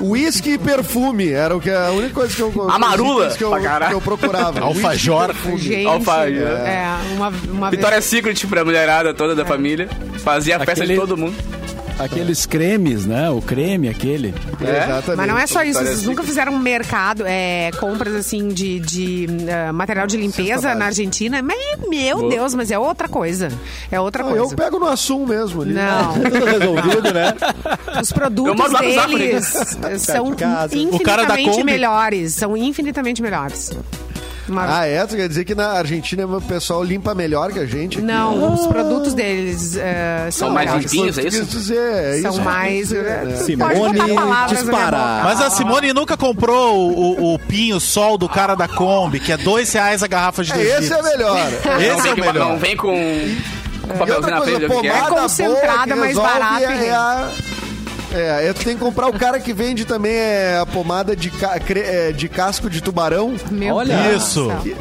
Whisky e perfume era o que a única coisa que eu
A marula,
que eu,
pra caralho.
que eu procurava.
Alfajor.
Whisky e perfume.
Gente,
Alfaiate.
é, uma, uma vez-
Vitória é Secret pra mulherada toda da família. Fazia a festa de
Aquele-
todo mundo.
Aqueles cremes, né? O creme, aquele.
Exatamente.
Mas não é só isso,
Vitória
vocês nunca fizeram um mercado, é, compras assim de, de, ah, material de limpeza na Argentina? Mas, meu Deus, mas é outra coisa. É outra
Ah, Eu
coisa.
pego né? no Assum mesmo ali.
Não,
Tudo resolvido, né?
os
Eu
produtos
moro lá no Zafre.
deles são
de casa.
infinitamente
O cara da Kombi.
melhores. São infinitamente melhores. Uma-
Ah, é? Tu quer dizer que na Argentina o pessoal limpa melhor que a gente? aqui?
Não, os produtos deles eh, são,
São mais
melhores.
Foi o que
limpinhos, é
tu quis
isso?
dizer, é
São
isso que
mais,
eu quis
eh,
né?
Simone
botar palavras na minha
dispara.
boca.
Mas a Simone nunca comprou o, o, o pinho sol do cara da Kombi, que é dois reais a garrafa de
É,
dois
esse é
litros.
<laughs>
melhor.
não,
Esse é
vem
o
com- não
melhor.
vem com um papelzinho na frente do que é. <laughs>
pomada. concentrada,
boa, que
mais
resolve,
barata e
É, a... É, eu tenho que comprar o cara que vende também é, a pomada de, ca- cre- é, de casco de tubarão.
Meu
Olha.
Deus do
Isso.
céu.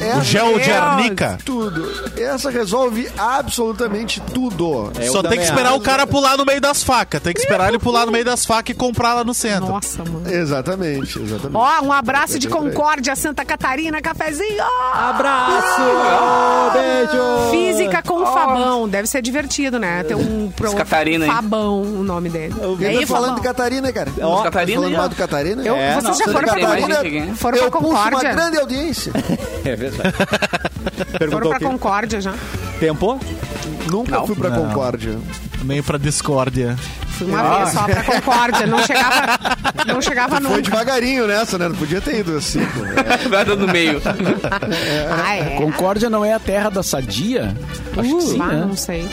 Essa
O gel de
Deus.
arnica.
tudo. Essa resolve absolutamente tudo.
É, eu
Só tem
também
que esperar
acho.
o cara pular no meio das facas. Tem que esperar ele pular no meio das facas e comprar lá no centro.
Nossa, mano.
Exatamente, exatamente.
Ó, um abraço de Concórdia, Santa Catarina, cafezinho!
Abraço! Ah, Beijo!
Física com Fabão. Deve ser divertido, né? Ter um pro...
Catarina, hein?
Fabão, o nome dele.
vi
E
Quem
aí,
tá falando de
Fabão?
Catarina, cara?
Ó,
Tá
Catarina
falando
já.
mal do Catarina?
Eu,
É,
vocês já
não,
foram pra,
Santa Catarina,
Concórdia? foram
eu
pra
pulso uma
Concórdia?
grande audiência.
É verdade. Perguntou
Foram
o
pra
quê?
Concórdia já.
Tempo?
Nunca fui pra Concórdia.
Nem pra discórdia.
Fui uma vez só pra Concórdia. Não chegava, Ah, não
Foi
chegava nunca.
devagarinho nessa, né? Não podia ter ido assim. né?
Nada no meio.
Ah, é?
Concórdia não é a terra da sadia? Acho que sim,
Bah,
né?
Não sei.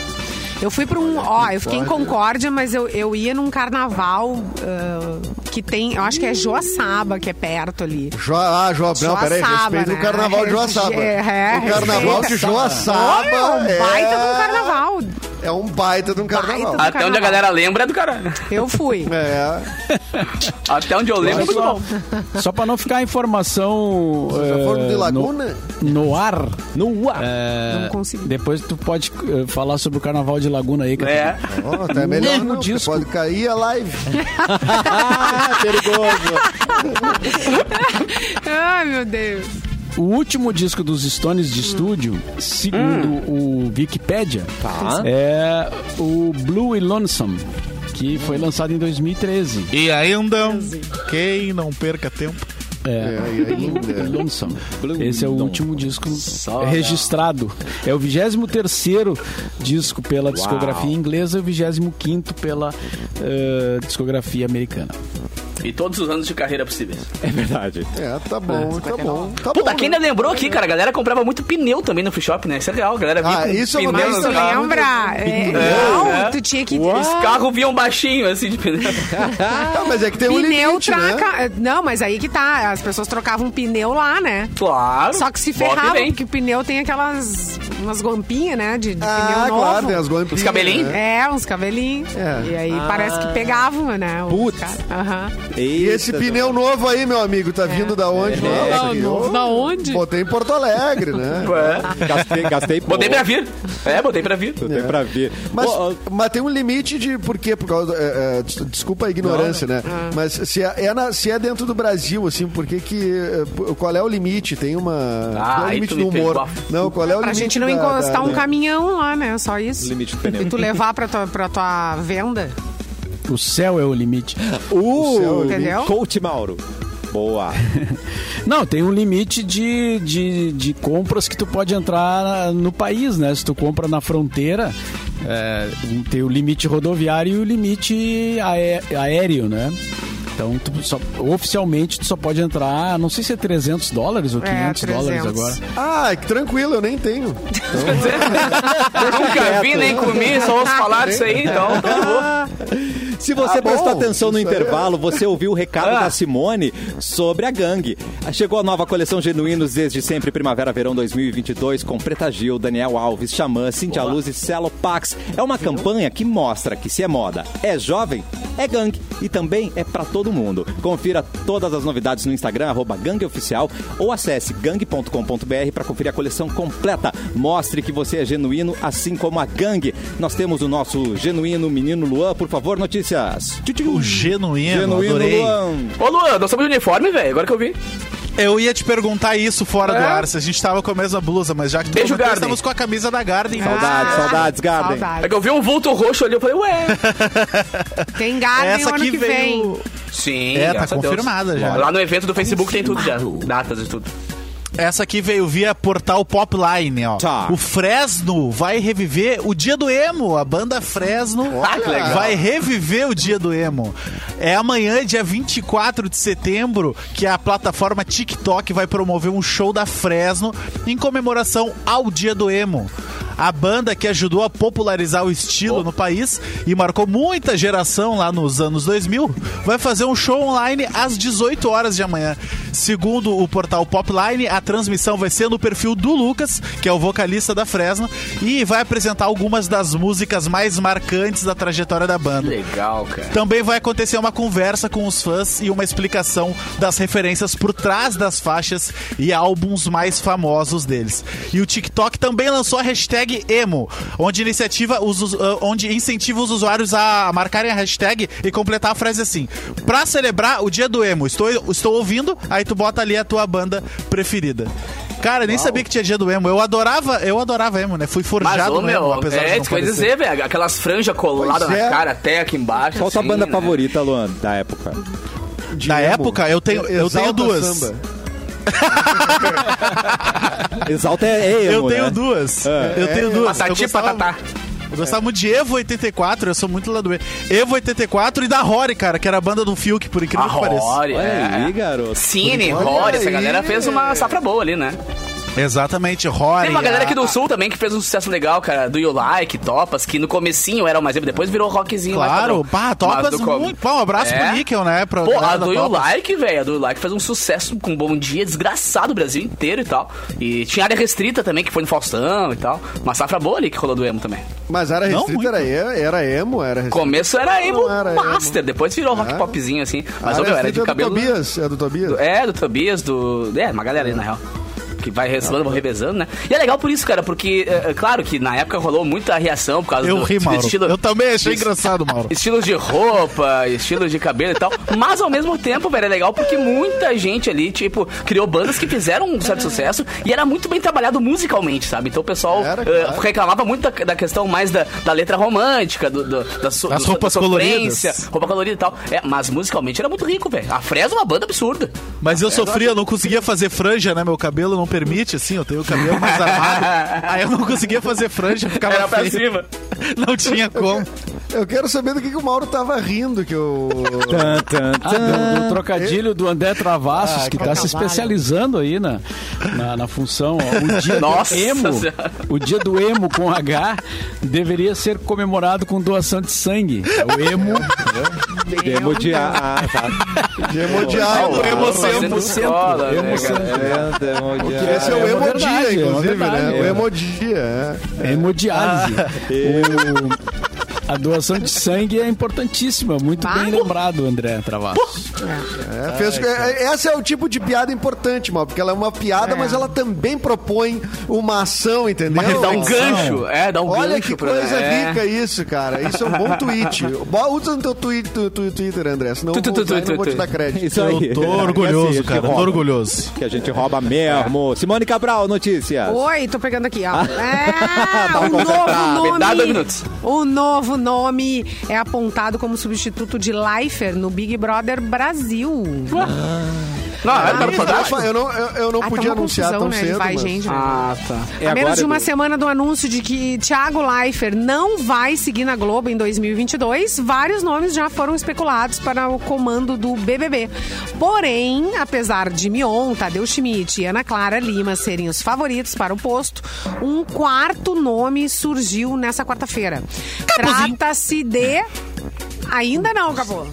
Eu fui pra um. Ó, eu fiquei em Concórdia, mas eu, eu ia num carnaval ah, que tem. Eu acho que é Joaçaba, que é perto ali.
Jo, ah, Jo, não,
Joaçaba,
peraí, respeita
né?
o carnaval de Joaçaba.
É,
o carnaval de
respeita.
Joaçaba
Ô, meu,
é...
baita de um carnaval.
É um baita de um carnaval.
Baita
Até onde a galera lembra é do caralho.
Eu fui.
É,
Até onde eu lembro é muito
Só,
bom.
<laughs> só pra não ficar informação.
já
eh,
foram tá de
no-
Laguna?
No ar. No ar.
Não consegui.
Depois tu pode eh, falar sobre o carnaval de Laguna aí, cara.
É.
Ó, tá melhor
Mesmo
não, porque
disco.
pode cair a live.
Ah, perigoso.
Ai, meu Deus.
O último disco dos Stones
Hum.
de estúdio, segundo o Wikipedia,
Tá.
é o Blue e Lonesome, que foi lançado em 2013.
E ainda, quem não perca tempo.
É.
É, e ainda.
Lonesome. Esse é o último disco registrado. É o 23 disco pela discografia inglesa e o 25 pela eh, discografia americana.
E todos os anos de carreira possíveis.
É verdade.
É, tá bom, tá bom. Tá
Puta,
bom,
quem
né?
ainda lembrou aqui, cara? A galera comprava muito pneu também no free shop, né? Isso é real. A galera vinha
Ah,
com
isso eu vou
pneu
mais
nos
Tu
Não,
carros.
lembra? É, não, tu tinha que.
Os carros vinham baixinho, assim, de pneu.
Ah, mas é que tem um
Pneu
limite, né?
traca. Não, mas aí que tá. As pessoas trocavam pneu lá, né?
um
Claro.
Só que se
Volta e
ferrava,
vem.
porque o pneu tem aquelas umas gompinhas, né? De, de
Ah,
pneu novo.
claro, tem as golpes.
Os cabelinhos?
Né?
É, uns cabelinhos.
É.
E
Ah.
aí parece que pegavam, né? os
Putz.
caras. Aham.
E esse pneu novo aí, meu amigo, tá vindo da onde?
É.
Da-
né? Não,
da-
eu
da onde?
Botei em Porto Alegre, <laughs> né?
É.
Gastei, gastei pouco.
Botei pra vir. É, botei pra vir.
Botei pra vir.
Mas,
Ô, ô,
mas tem um limite de por quê? Por causa. é, é, des- desculpa a ignorância, né? Mas se é, é na- se é dentro do Brasil, assim, por que que. é, p- Qual é o limite? Tem uma.
Ah,
qual é o
aí
limite
tu me
do humor?
pegou
Não, qual é o
Pra
limite?
gente não
da-
encostar
da-
um
da-
caminhão lá, né? Só isso.
Limite do pneu.
E tu levar pra tua, pra tua venda.
O céu é o limite.
Uh,
Entendeu?
coach Mauro. Boa.
Não, tem um limite de, de, de compras que tu pode entrar no país, né? Se tu compra na fronteira, é, tem o limite rodoviário e o limite aé- aéreo, né? Então, tu só- oficialmente, tu só pode entrar, não sei se é 300 dólares ou
É,
500 dólares
300.
agora.
Ah, que tranquilo, eu nem tenho.
Nunca vi, nem comi, só ouço falar disso aí, então. tá de boa.
Se você
Ah, bom.
prestou atenção no
Isso aí.
intervalo, você ouviu o recado
Ah.
da Simone sobre a gangue. Ah, Chegou a nova coleção Genuínos desde sempre, Primavera-Verão 2022, com Preta Gil, Daniel Alves, Xamã, Cintia Luz e Celo Pax. É uma campanha que mostra que se é moda, é jovem, é gangue e também é pra todo mundo. Confira todas as novidades no Instagram, arroba Gangue Oficial, ou acesse gangue.com.br para conferir a coleção completa. Mostre que você é genuíno, assim como a gangue. Nós temos o nosso genuíno menino Luan, por favor, notícias.
O genuíno,
Genuíno
Tá adorei.
Luan.
Ô, Luan, nós estamos de uniforme, velho. Agora que eu vi.
Eu ia te perguntar isso fora
É?
do ar, se a gente tava com a mesma blusa, mas já que tu
Beijo,
comentou,
Garden.
estamos com a camisa da Garden.
Ah,
Saudades, saudades, Garden.
É
Saudade.
que eu vi um vulto roxo ali, eu falei, ué.
Ah, Tem Garden o
Essa
ano
aqui
que vem.
veio.
Sim.
É, tá
graças a Deus.
confirmada já.
Lá no evento do Facebook tem tudo já. Datas e tudo.
Essa aqui veio via portal Popline, ó.
Tá.
O Fresno vai reviver o dia do emo. A banda Fresno
Ah, que legal.
vai reviver o dia do emo. É amanhã, dia 24 de setembro, que a plataforma TikTok vai promover um show da Fresno em comemoração ao dia do emo. A banda que ajudou a popularizar o estilo no país e marcou muita geração lá nos anos 2000, vai fazer um show online às 18 horas de amanhã. Segundo o portal Popline, a transmissão vai ser no perfil do Lucas, que é o vocalista da Fresno, e vai apresentar algumas das músicas mais marcantes da trajetória da banda.
Legal, cara.
Também vai acontecer uma conversa com os fãs e uma explicação das referências por trás das faixas e álbuns mais famosos deles. E o TikTok também lançou a hashtag emo, onde, iniciativa os, us- ah, onde incentiva os usuários a marcarem a hashtag e completar a frase assim: Pra celebrar o dia do emo, estou, estou ouvindo, aí tu bota ali a tua banda preferida. Cara, eu nem sabia que tinha dia do emo. Eu adorava, eu adorava emo, né? Fui forjado
Mas, ô,
no emo,
meu,
apesar de
é,
não
isso que eu ia
parecer.
dizer, velho. Aquelas franjas coladas
Pois é.
na cara até aqui embaixo.
Qual sua
assim,
banda
né?
favorita, Luan, da época?
Na época, eu tenho, eu tenho
Exalta
duas.
Samba.
Exalta é emo,
Eu tenho
né?
duas.
É. né?
Eu tenho duas. Eu
Patati
gostava-
patatá.
Eu gostava muito de Evo 84, eu sou muito lá do E. Evo 84 e da Rory, cara, que era a banda do Fiuk, por
A
incrível que pareça.
Rory,
Olha aí,
é.
garoto.
Cine,
Olha
Rory, essa
aí.
galera fez uma safra boa ali, né?
Exatamente, Rory. é.
Tem uma galera
a-
aqui do Sul também que fez um sucesso legal, cara. Do You Like, Topas, que no comecinho era mais... Depois virou rockzinho
Claro,
mais padrão.
pá,
Mas
topas
do com-
muito. Pá, um abraço
É.
pro Níquel, né? Pra
Pô, a
galera da
do You
Topas.
Like, velho, a do You Like fez um sucesso com Bom Dia, desgraçado o Brasil inteiro e tal. E tinha área restrita também, que foi no Faustão e tal. Uma safra boa ali que rolou do emo também.
Mas era
Não
restrita,
muito.
era, e- era emo, era restrita.
Começo era emo
Não era emo.
master, depois virou rock popzinho assim. Mas
a
ô, meu, era
restrita
de
é do
cabelo... né?
Tobias, é do Tobias.
É, do Tobias, do. É, uma galera aí, na real. Que vai revezando, vão revezando, né? E é legal por isso, cara, porque, é, é claro que na época rolou muita reação por causa
Eu
do,
ri,
do
Mauro.
estilo.
Eu também achei
do-
engraçado, Mauro.
Estilo de roupa, estilo de cabelo e tal. Mas ao mesmo tempo, velho, é legal porque muita gente ali, tipo, criou bandas que fizeram um certo sucesso e era muito bem trabalhado musicalmente, sabe? Então o pessoal
Era,
eh,
claro.
reclamava muito da, da questão mais da, da letra romântica, do, do- da so,
Das
do- da
roupas
sofrência,
coloridas.
roupa colorida e tal. É, mas musicalmente era muito rico, velho. A Fresno é uma banda absurda.
Mas
É,
eu sofria, eu não conseguia fazer franja, né? Meu cabelo não permite, assim, eu tenho o cabelo mais
<laughs>
armado. Aí eu não conseguia fazer franja, ficava
Era pra
feio.
cima.
<laughs> Não tinha como.
Eu quero saber do que, que o Mauro tava rindo, que
<laughs>
eu...
Tan, tan, tan.
Ah, do, do trocadilho do André Travassos, que tá se especializando aí na, na, na função. ó. O dia
Nossa
do emo,
Senhora.
o dia do emo com H deveria ser comemorado com doação de sangue. É o emo
Demo de
<laughs>
A. Ah, tá.
de
Ah,
emodiado.
eu vou ser
Fazendo escola, é né, cara?
É, demo de A.
Esse é o
É uma
emodia,
verdade, é uma
inclusive,
verdade,
né? O
é.
emodia, é.
é hemodiálise.
Ah,
O- a doação de sangue é importantíssima. Muito bem lembrado, André Travassos. Ah,
É, fez- é, essa é o tipo de piada importante, mal, porque ela é uma piada, mas ela também propõe uma ação, entendeu?
Dá um
Ação.
gancho, é, dá um gancho.
Olha que
pra-
coisa
é.
rica isso, cara. Isso é um bom tweet. Bo- Usa no teu tweet, tu- tu- Twitter, André, senão eu
Tu- tu-
vou usar
tu-
e não
tu-
vou te
tu-
dar crédito.
Isso aí.
Eu tô
É assim,
orgulhoso,
a gente
cara. Tô
rouba.
orgulhoso.
Que a gente rouba mesmo. Simone Cabral, notícias.
Oi, tô pegando aqui,
Ah,
ó.
<laughs>
É,
Tava
o
concentrado.
Tá Me dá dois
novo nome.
minutos.
O novo nome é apontado como substituto de Leifer no Big Brother Brasil.
Não, é era
Eu
para
não-
fantástico.
Eu não, eu, eu não
Ah, tá
podia
uma
anunciar
confusão,
tão
né?
cedo.
Vai,
mas-
gente.
Ah, tá.
É
a menos
agora,
de uma
Edu?
semana do anúncio de que Thiago Leifert não vai seguir na Globo em 2022, vários nomes já foram especulados para o comando do BBB. Porém, apesar de Mion, Tadeu Schmidt e Ana Clara Lima serem os favoritos para o posto, um quarto nome surgiu nessa quarta-feira. Trata-se de Ainda não,
<laughs>
acabou.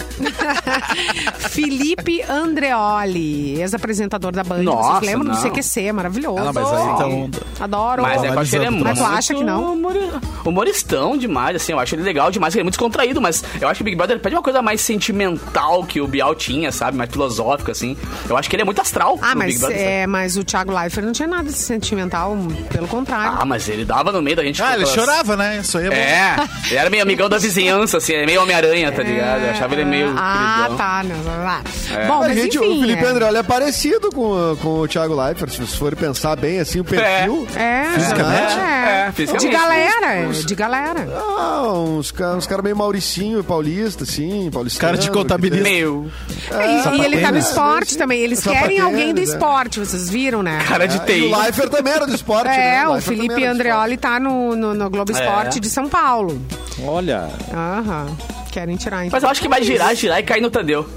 Felipe Andreoli, ex-apresentador da Band.
Nossa,
Vocês lembram
não.
do CQC? Maravilhoso.
Ah, não, mas aí tá um-
Adoro.
Mas é, eu acho que ele é
Mas
muito.
tu acha que não?
humori- Humoristão demais, assim, eu acho ele legal demais, ele é muito descontraído, mas eu acho que o Big Brother pede uma coisa mais sentimental que o Bial tinha, sabe? Mais filosófica, assim. Eu acho que ele é muito astral.
Ah,
no Big
mas,
Brother, sabe?
é, mas o Thiago Leifert não tinha nada de sentimental, pelo contrário.
Ah, mas ele dava no meio da gente.
Ah, ele
Nossa.
chorava, né? Isso aí é bom.
É, ele era meio amigão da vizinhança, assim, meio Homem-Aranha, tá ligado? Eu achava ele meio.
Ah,
queridão.
tá. Não, lá. Bom,
Cara,
mas
gente,
enfim.
o Felipe
é.
André, olha, é parecido com, com o Thiago Leifert, se vocês forem pensar bem, assim, o perfil.
É,
Fisicamente?
é.
É, fisicamente.
De galera, é, de galera.
Ah, uns, ca- uns caras meio Mauricinho e paulista, assim, paulista.
Cara de contabilista.
Meio. É,
E- e, ele tá
né?
no
sapatênis.
esporte também. Eles querem alguém do
Sapatênis, é.
esporte, vocês viram, né?
Cara de
E
TI.
o Leifert também era do
Tá
esporte, né?
<laughs> É, o
Leifert também
Felipe
era do esporte.
Andreoli tá no, no, no Globo Esporte
É.
de São Paulo.
Olha.
Aham. Querem tirar, então.
Mas eu acho que vai girar, girar e cair no Tadeu.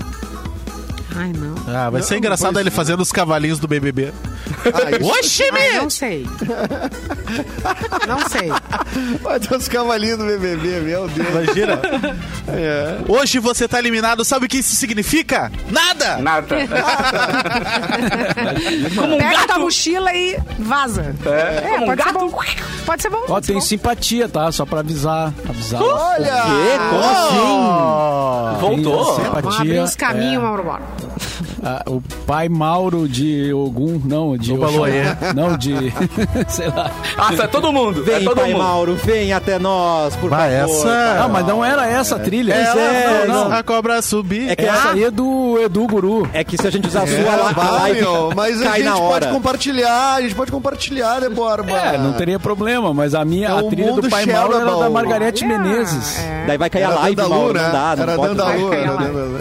Ai, não.
Ah, vai ser engraçado ele fazendo os cavalinhos do BBB.
Ah, isso-
<laughs> Oxi,
Ai,
meu!
não sei. não sei.
Vai ter os cavalinhos do BBB, meu Deus.
Imagina.
É.
Hoje você tá eliminado, sabe o que isso significa? Nada!
Nada.
<laughs>
Como um
Pega tua
gato.
mochila e vaza.
É, como um
pode, ser
gato.
bom. pode ser bom.
Ó,
pode ser
tem
bom.
simpatia, tá? Só pra avisar. avisar.
Olha!
Quê? Como assim?
Oh!
Voltou.
Tem simpatia,
Vamos abrir os caminhos,
é.
Mauro Borba.
Ah, o pai Mauro de Ogum, não, de
Oba,
Oxalá.
Loê.
não, de <laughs> sei lá.
Nossa, é todo mundo. é
Vem,
todo
pai
mundo.
Mauro, vem até nós, por
Vai,
favor.
essa-
Não, Ah, mas não era essa a trilha.
é,
não, não.
A cobra subir.
É que
Essa
essa
aí é do Edu Guru.
É que se a gente usar a sua,
Ah? É,
a
bah,
live
meu, mas a
cai
gente
na hora.
pode compartilhar, a gente pode compartilhar, né, Débora.
É, não teria problema, mas a minha
É
a
o
trilha do
mundo
Pai Mauro era da
Chernobyl.
Margarete
Olha,
Menezes.
é.
Daí vai cair
Era
a live,
Dandalu,
Mauro,
né?
não dá, não
era né?
pode.
Dandalu, era
Vai,
Dandalu.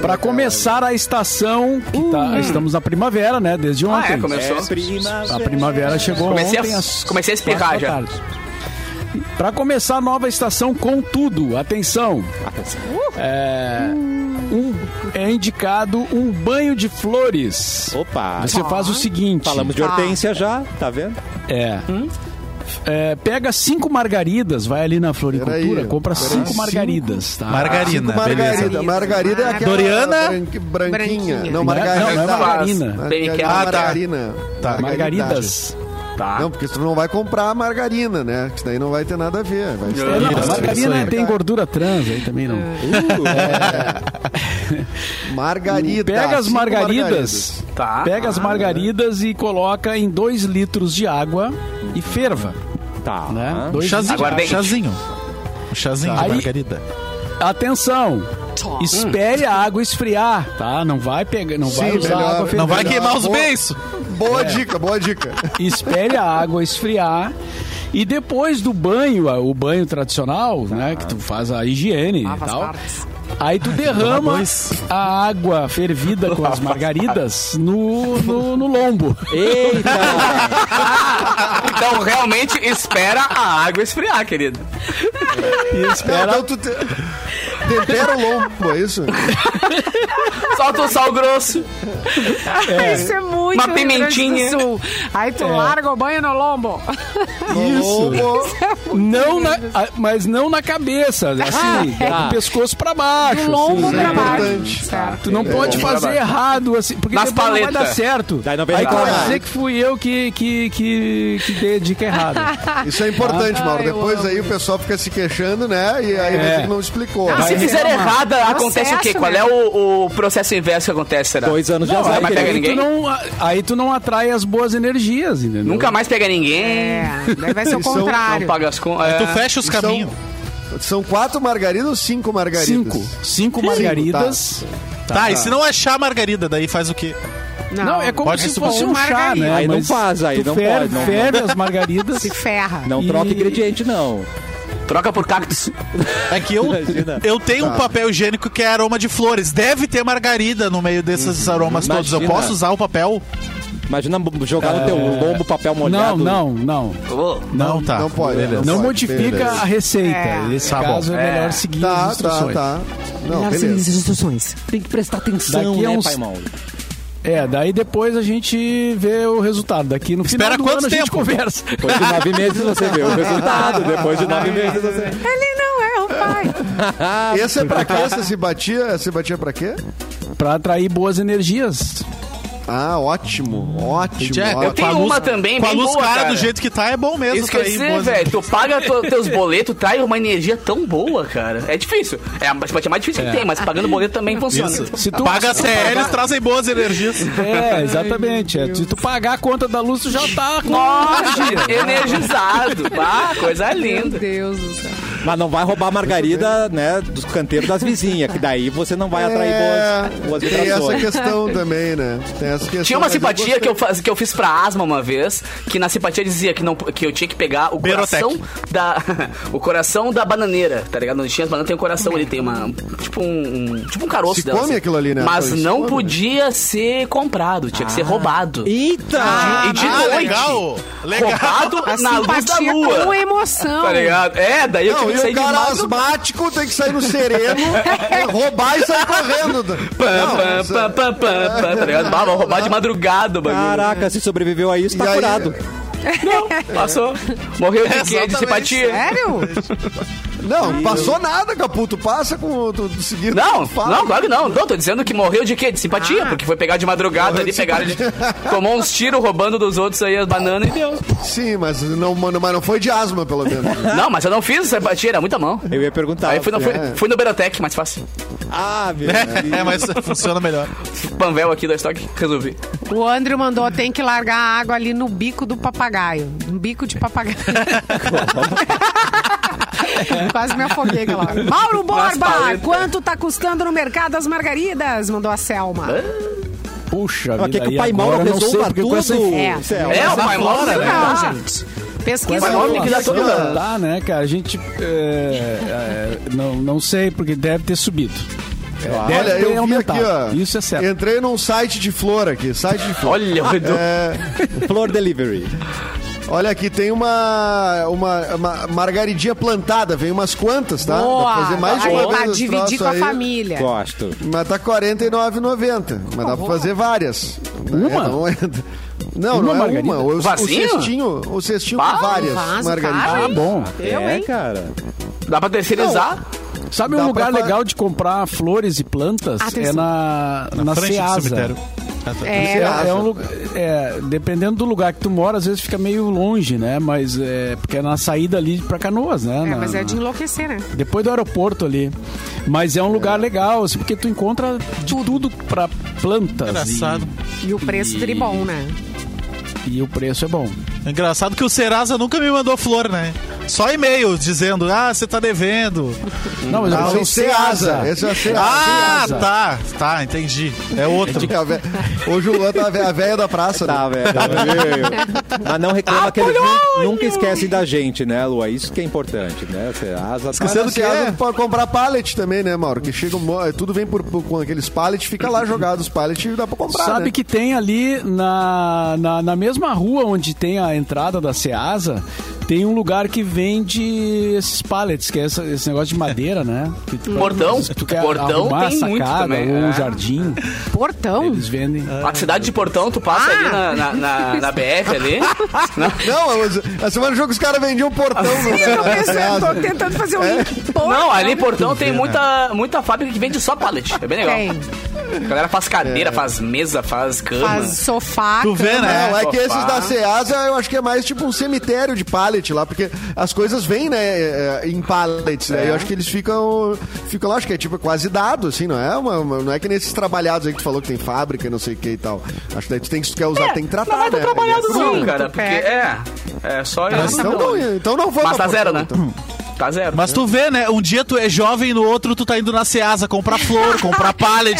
Pra começar a estação, que tá- estamos na primavera, né? Desde
Ah,
ontem.
é, começou.
primavera.
A primavera chegou
Comecei a-
ontem às
comecei a espirrar
quatro da
já.
tarde. Pra começar a nova estação com tudo, atenção. É, um- é indicado um banho de flores.
Opa!
Você
Ah,
faz o seguinte.
Falamos de hortência já, tá vendo?
É. É, pega cinco margaridas, vai ali na floricultura,
Peraí,
compra
peraí.
cinco
Cinco?
margaridas, tá?
Margarina, beleza.
Margarida. Margarida é aquela.
Doriana?
branqui- Branquinha.
Branquinha.
Não,
Não é-
margarida.
não, não é margarina.
Baby
Margarida.
Cat.
Ah, tá.
margarina.
Tá.
Margaridas.
Tá.
Não, porque tu não vai comprar a margarina, né? Isso daí não vai ter nada a ver. Vai ser-
É, não,
Isso, isso
margarina
aí.
tem gordura trans aí também não.
Margarida.
Pega as
cinco
margaridas,
Tá.
pega as margaridas e coloca em dois litros de água e ferva,
Tá.
né?
Um
Dois
chazinho,
Aguardente.
um chazinho. Um chazinho
Tá.
de
Aí-
margarida.
Atenção! Espere a água esfriar, tá? Não vai pegar, não vai
Sim,
usar
melhor.
água fervendo.
Não vai <laughs>
Não,
queimar os
boa.
beiços.
É.
Boa dica, boa dica.
espere a água esfriar e depois do banho, a- o banho tradicional, né, que tu faz a higiene
Lava
e
as
tal.
partes.
Aí tu
Lava
derrama
dois.
a água fervida com as margaridas no, no, no lombo.
Então realmente espera a água esfriar, querido.
Então tu te... tempera o lombo, é isso?
Solta o sal grosso.
<laughs> Isso é muito
Uma
Rio Grande do
pimentinha.
Sul. Aí
É.
tu larga o banho no lombo.
Isso. Lombo.
Não na- a- mas não na cabeça, assim,
tá.
do pescoço pra baixo.
Do lombo
assim,
pra
né?
baixo.
é importante.
Certo.
É,
Tu não pode fazer errado, assim, porque
Nas
depois não vai
paletas.
dar certo.
Daí não vem
Aí tu vai
reclamar.
dizer que fui eu que, que, que, que dei a dica errada.
Isso é importante, Mauro.
Ai, eu
Depois
amo
aí o pessoal fica se queixando, né? E aí vai
É.
dizer que não explicou.
Ah,
Se
Vai
fizer
reclamar.
errada, acontece o quê? Qual
Processo, né?
é o, o processo inverso que acontece, será?
Dois anos de
Não,
azar,
vai pegar
querido.
Aí tu,
ninguém?
não, aí tu não atrai as boas energias, entendeu?
Nunca mais pega ninguém.
É, daí vai ser o
Isso é um- é um
Não
contrário.
paga as é, contas.
Tu fecha os
São-
caminhos.
São quatro margaridas ou cinco margaridas?
Cinco. Cinco margaridas.
Tá, e se não achar a margarida, daí faz o quê?
Não,
Não, é como
Pode
se
supor.
fosse um chá, né?
Aí não
Mas
faz, aí
tu
não
ferve,
pode, não-
ferve as
<laughs>
margaridas.
Se ferra.
Não
E-
troca ingrediente, não.
Troca por cactus.
É que eu,
Imagina.
eu tenho um papel higiênico que é aroma de flores. Deve ter margarida no meio desses aromas todos. Eu
Imagina.
posso usar o papel?
Imagina jogar no teu lombo papel
É. Não,
molhado.
não, não.
Ô,
Não, tá.
Não pode.
Beleza.
Não
pode,
modifica
beleza.
a receita.
É.
Nesse
Tá bom.
caso é melhor
É.
seguir as
Tá, tá,
instruções.
tá. Não, beleza.
instruções.
Tem que prestar atenção,
Daqui a
né,
uns-
pai Mauro?
É, daí depois a gente vê o resultado. Daqui no
Espera
final do
quanto
ano a gente
tempo?
conversa.
Depois de nove meses você vê o resultado. Depois de nove meses você
Ele não é o pai.
Essa é pra quê? Essa se batia? Essa se batia pra quê?
Pra atrair boas energias.
Ah, ótimo, ótimo.
Gente, é,
ótimo.
Eu tenho
Com a luz-
uma também,
Com a
bem
luz
boa,
cara,
cara.
do jeito que tá, é bom mesmo.
Esqueci,
sair boas-
velho. Tu paga tu- teus boletos, traz uma energia tão boa, cara. É difícil. É a parte mais difícil que tem, mas pagando boleto também funciona.
Isso.
Se tu-
Paga CL, eles trazem boas energias.
É, exatamente. É, Se tu pagar a conta da luz, tu já tá com
Nossa,
<laughs>
energizado. Ah, coisa
<laughs> Meu
linda.
Deus do céu.
Mas não vai roubar a margarida, né, dos canteiros das vizinhas, que daí você não vai atrair
É,
boas, boas
tem essa
vibrações.
<laughs>
questão também, né? Tem essa questão.
Tinha uma
mas eu
simpatia
gostei.
que eu, faz, que eu fiz pra asma uma vez, que na simpatia dizia que, não, que eu tinha que pegar o
Berotec.
coração da. <laughs> o coração da bananeira, tá ligado? Não tinha as bananas, tem um coração, ele tem uma. Tipo um. um- tipo um caroço
Se
dela.
come aquilo ali, né?
Mas
Se
não
come. Ah.
podia ser comprado, tinha que ser roubado. é
Eita!
e de
Ah,
noite.
legal. Legal.
Roubado
A
na luz da
simpatia
lua.
com emoção.
Tá ligado? É, daí eu
Não,
tive que
e
sair
o
de
cara
madrugada.
asmático tem que sair no
<laughs>
sereno, é, roubar e sair correndo. Não,
Pã,
isso- é-
pã, pã, pã, pã, tá ligado? Bah, vou roubar de madrugada o bagulho.
Caraca, se sobreviveu a isso,
E
tá
aí-
curado.
Passou.
é
Morreu de quê? De
Exatamente.
simpatia?
Sério?
Não, passou nada, Capu. Tu passa com tu, tu seguindo.
Não,
tu fala.
não, claro que não. Não, tô dizendo que morreu de quê? De simpatia,
Ah.
porque foi pegar de madrugada ali, pegaram de... <laughs> Tomou uns tiros roubando dos outros aí as bananas e deu.
Sim, mas não, mano, mas não foi de asma, pelo
<laughs>
menos.
Não, mas eu não fiz simpatia, era muita mão.
Eu ia perguntar.
Ah,
Aí fui no, fui,
é.
fui no Berotec, mais fácil.
Ah, meu
<laughs> É, mas funciona melhor.
Panvel aqui da estoque, resolvi.
O André mandou, tem que largar a água ali no bico do papagaio. Um bico de papagaio. Quase me afoguei aquela hora. Mauro Borba,
paletas.
quanto tá custando no mercado as margaridas? Mandou a Selma.
Puxa,
Mas
vida,
quer que
e
o pai
agora
Mauro
eu não sei,
resolva
porque com essa
tudo?
É.
Céu.
Então,
É, o pai mora, né?
Não, gente. Pesquisa
é
Vai logo
no
que dá todo
Não,
mundo.
dá, né, cara? A gente. é, é, não, não sei, porque deve ter subido. É,
Ah,
Deve
Olha,
ter
eu vi
aumentado.
aqui, ó.
Isso é certo.
Entrei num site de flor aqui, site de flor.
Olha, o Edu.
É,
Flor Delivery.
Olha aqui, tem uma, uma, uma margaridinha plantada, vem umas quantas, tá? Dá
Boa.
pra fazer mais de
aí
uma
pra
vez esse troço
dividir com a
aí.
família.
Gosto.
Mas tá R$ 49,90. Mas dá pra fazer várias.
Uma?
É, não é- <laughs> Não, não,
Uma
é
margarida?
uma. O, o
Vasinho?
cestinho, o cestinho
Ah,
com várias
vaso,
margaridas. Tá
cara.
Ah, bom.
Eu,
é,
Oh, hein?
cara.
Dá pra terceirizar?
Sabe
Dá
um lugar
pra-
legal de comprar flores e plantas?
Atenção.
É na, na,
frente do
Ceasa.
cemitério. Ah, tá.
É,
É, é um lugar, é, dependendo do lugar que tu mora, às vezes fica meio longe, né? Mas é porque é na saída ali pra Canoas, né?
é,
Na-
mas é de enlouquecer, né?
Depois do aeroporto ali. Mas é um lugar legal, assim, porque tu encontra de tudo pra plantas.
Engraçado.
E o preço
E-
tribom, né?
E, e o preço é bom.
Engraçado que o Serasa nunca me mandou flor, né? Só e-mail dizendo, ah, você tá devendo.
Não, mas eu
Ah,
falei
o Ceasa. Esse é o Ceasa.
Ah,
Ceasa.
tá. Tá, entendi. É outro.
É a vé- Hoje o Luan tá a vé- a velha da praça. né?
Tá, velho. Mas não reclama que eles nun- nunca esquecem da gente, né, Lua? Isso que é importante, né? Você asa tá-
Esquecendo
Mas
que
é.
asa pode comprar pallet também, né, Mauro? Que chega, um mo- tudo vem por, por- com aqueles pallets, fica lá jogado os pallets e dá pra comprar.
Sabe
né?
que tem ali na, na, na mesma rua onde tem a entrada da Ceasa, tem um lugar que vende esses pallets, que é essa- esse negócio de madeira, né? Que tu-
Portão.
se tu quer
Portão
arrumar
tem
a
muito
sacada
também,
ou um
é.
jardim,
Portão.
<laughs>
eles vendem.
A cidade de Portão, tu passa ali na, na, na- na BR
<laughs>
ali.
Não, mas a semana do jogo os caras vendiam um portão. no-
Sim, eu tô pensando,
É,
tô tentando fazer um link. Portão.
Não, é, ali em Portão
né?
tem muita, muita fábrica que vende só pallet. É bem legal.
Tem.
A galera faz
É.
cadeira, faz mesa, faz cama.
Faz sofá.
Tu vê,
cama.
né?
Não, é que
Sofá.
esses da Ceasa eu acho que é mais tipo um cemitério de pallet lá, porque as coisas vêm, né, é, é, em pallets, né? Eu acho que eles ficam, ficam lá, acho que é tipo quase dado, assim, não é? Uma- uma- não é que nesses trabalhados aí que tu falou que tem fábrica e não sei o que e tal. Acho que daí tu tem que, se tu quer usar, tem que tratar,
Não vai
né?
ter trabalhado
Aí é
não,
cru.
cara.
tu
Porque é.
pega.
É só isso.
Então não, então não vou
Mas
pra
tá zero, né?
Portugal, então.
Tá zero.
Mas tu vê, né? Um dia tu é jovem e no outro tu tá indo na Ceasa comprar flor, comprar pallet.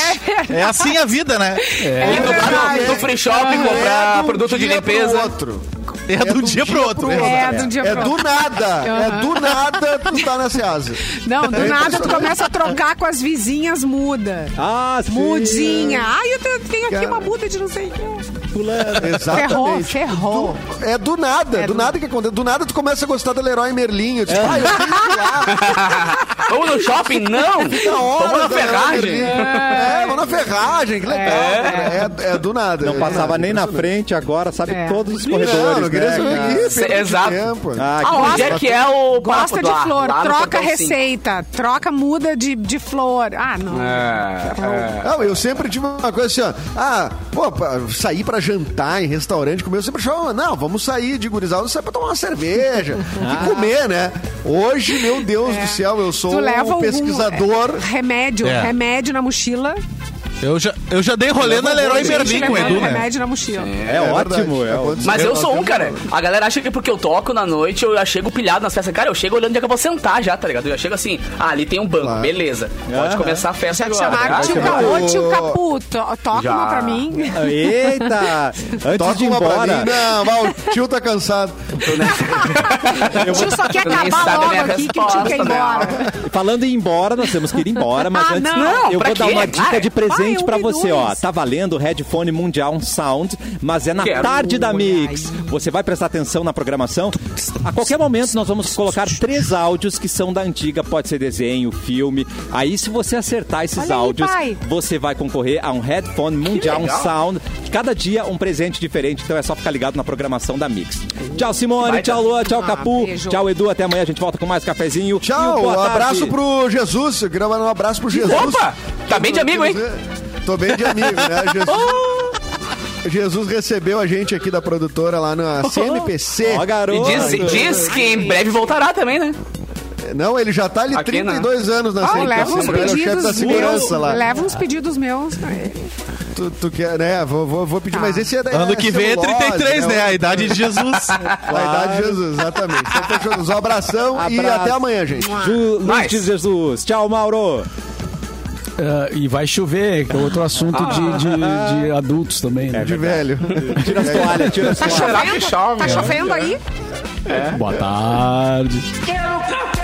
É assim a vida, né?
É, tu vai
verdade.
no, no free shop
É
comprar
um
produto de
dia pro
limpeza.
outro.
É, de um dia pro outro.
É, de um dia
É
pro
do
outro.
nada. É do nada tu tá na Ceasa.
Não, do
É
nada tu começa a trocar com as vizinhas muda.
Ah, sim.
Mudinha. Ai, eu tenho- tenho aqui
Cara.
uma muda de não sei o que. Ferrou,
Exatamente.
ferrou.
Tu- é do nada,
É
do
do-
nada que acontece. Do nada tu começa a gostar da Leroy Merlin. Eu
É.
disse, ah, eu tenho que ir lá.
Vamos no shopping? Não!
Na hora
<laughs> Vamos na
da Leroy Merlin.
ferragem.
É, vamos na ferragem, que legal. cara. É, é do nada.
Não
É
passava
do
nem na
nada.
frente agora, sabe?
É.
Todos os
Não,
corredores.
não queria
né,
saber
cara?
disso, perda de
Exato.
tempo.
Ah, que
Ah, onde é que é o papo
Gosta
do
de
ar?
flor,
Lá no
troca
portão, sim.
receita, troca muda de, de flor. Ah, não.
É,
Não, eu sempre tive uma coisa assim, ó. Ah, pô, pra- sair pra jantar em restaurante, comer, eu sempre achava, não, vamos sair de gurizada, vamos sair pra tomar uma cerveja e comer, né? Hoje, meu Deus do céu, eu sou
Tu leva
um
algum,
pesquisador.
é, remédio,
É.
remédio na mochila.
Eu já, eu já dei rolê na Leroy Merlin com o
Levando
Edu, né?
remédio na mochila.
É, ótimo,
verdade. Tá
é.
Aconteceu.
Mas eu sou um, cara. A galera acha que porque eu toco na noite, eu já chego pilhado nas festas. Cara, eu chego olhando onde é que eu vou sentar já, tá ligado? Eu já chego assim, ah, ali tem um banco,
Claro.
beleza. Pode começar a festa
Já te
agora.
chamaram
né?
tio
chamar-
Caô, tio
Ô.
Capu. to- Toca
Já.
uma pra mim.
Eita! Antes
Toca
de ir
uma pra
embora.
mim. né? Não, vai, o tio tá cansado.
O tio só quer
Eu nem
acabar
sabe a
logo
minha
aqui que o tio
resposta,
quer ir
né?
embora.
Falando em ir embora, nós temos que ir embora, mas
Ah,
antes
não,
eu
pra
vou dar
quê?
uma dica
Vai.
de presente
Vai, um
pra você, ó.
minuto.
Tá valendo o headphone Mundial Sound, mas é na
Quero.
tarde da
Olha
Mix.
aí.
Você vai prestar atenção na programação. A qualquer momento nós vamos colocar três áudios que são da antiga, pode ser desenho, filme. Aí se você acertar esses
Olha aí,
áudios,
pai.
você vai concorrer a um headphone Mundial
legal.
Sound. Cada dia um presente diferente, então é só ficar ligado na programação da Mix.
Uhum.
Tchau, Simone,
Vai,
tchau, Lua, tchau,
Ah,
Capu,
beijo.
tchau, Edu. Até amanhã a gente volta com mais cafezinho. E
Tchau,
um
um
boa
abraço
tarde.
pro Jesus. Eu quero mandar um abraço pro Jesus.
Opa, tá bem de amigo, hein?
Tô bem de amigo, né? Jesus, Jesus recebeu a gente aqui da produtora lá na CNPC.
Ó,
E
garoto.
diz, diz que em breve voltará também, né?
Não, ele já tá ali
Aqui,
32 anos na
Ah,
CNPC.
leva uns
ele é o chefe da
pedidos meus.
segurança lá.
Leva uns pedidos meus.
Tu, tu quer, né? Vou, vou, vou pedir,
Tá.
mas esse é da
Ano que vem é
celulose,
33, né? A idade de Jesus.
<laughs> A idade de Jesus, exatamente. Então, fechou. Jesus, um abração e
Abraço.
até amanhã, gente.
Ju, Luiz
Nice.
de Jesus. Tchau, Mauro.
Ah, e vai chover, que é outro assunto
Ah.
de, de, de adultos também.
É
né?
De velho.
Tira as toalhas, tira as toalhas.
Será que chove?
Tá chovendo aí?
Boa tarde.
Quero café!
É,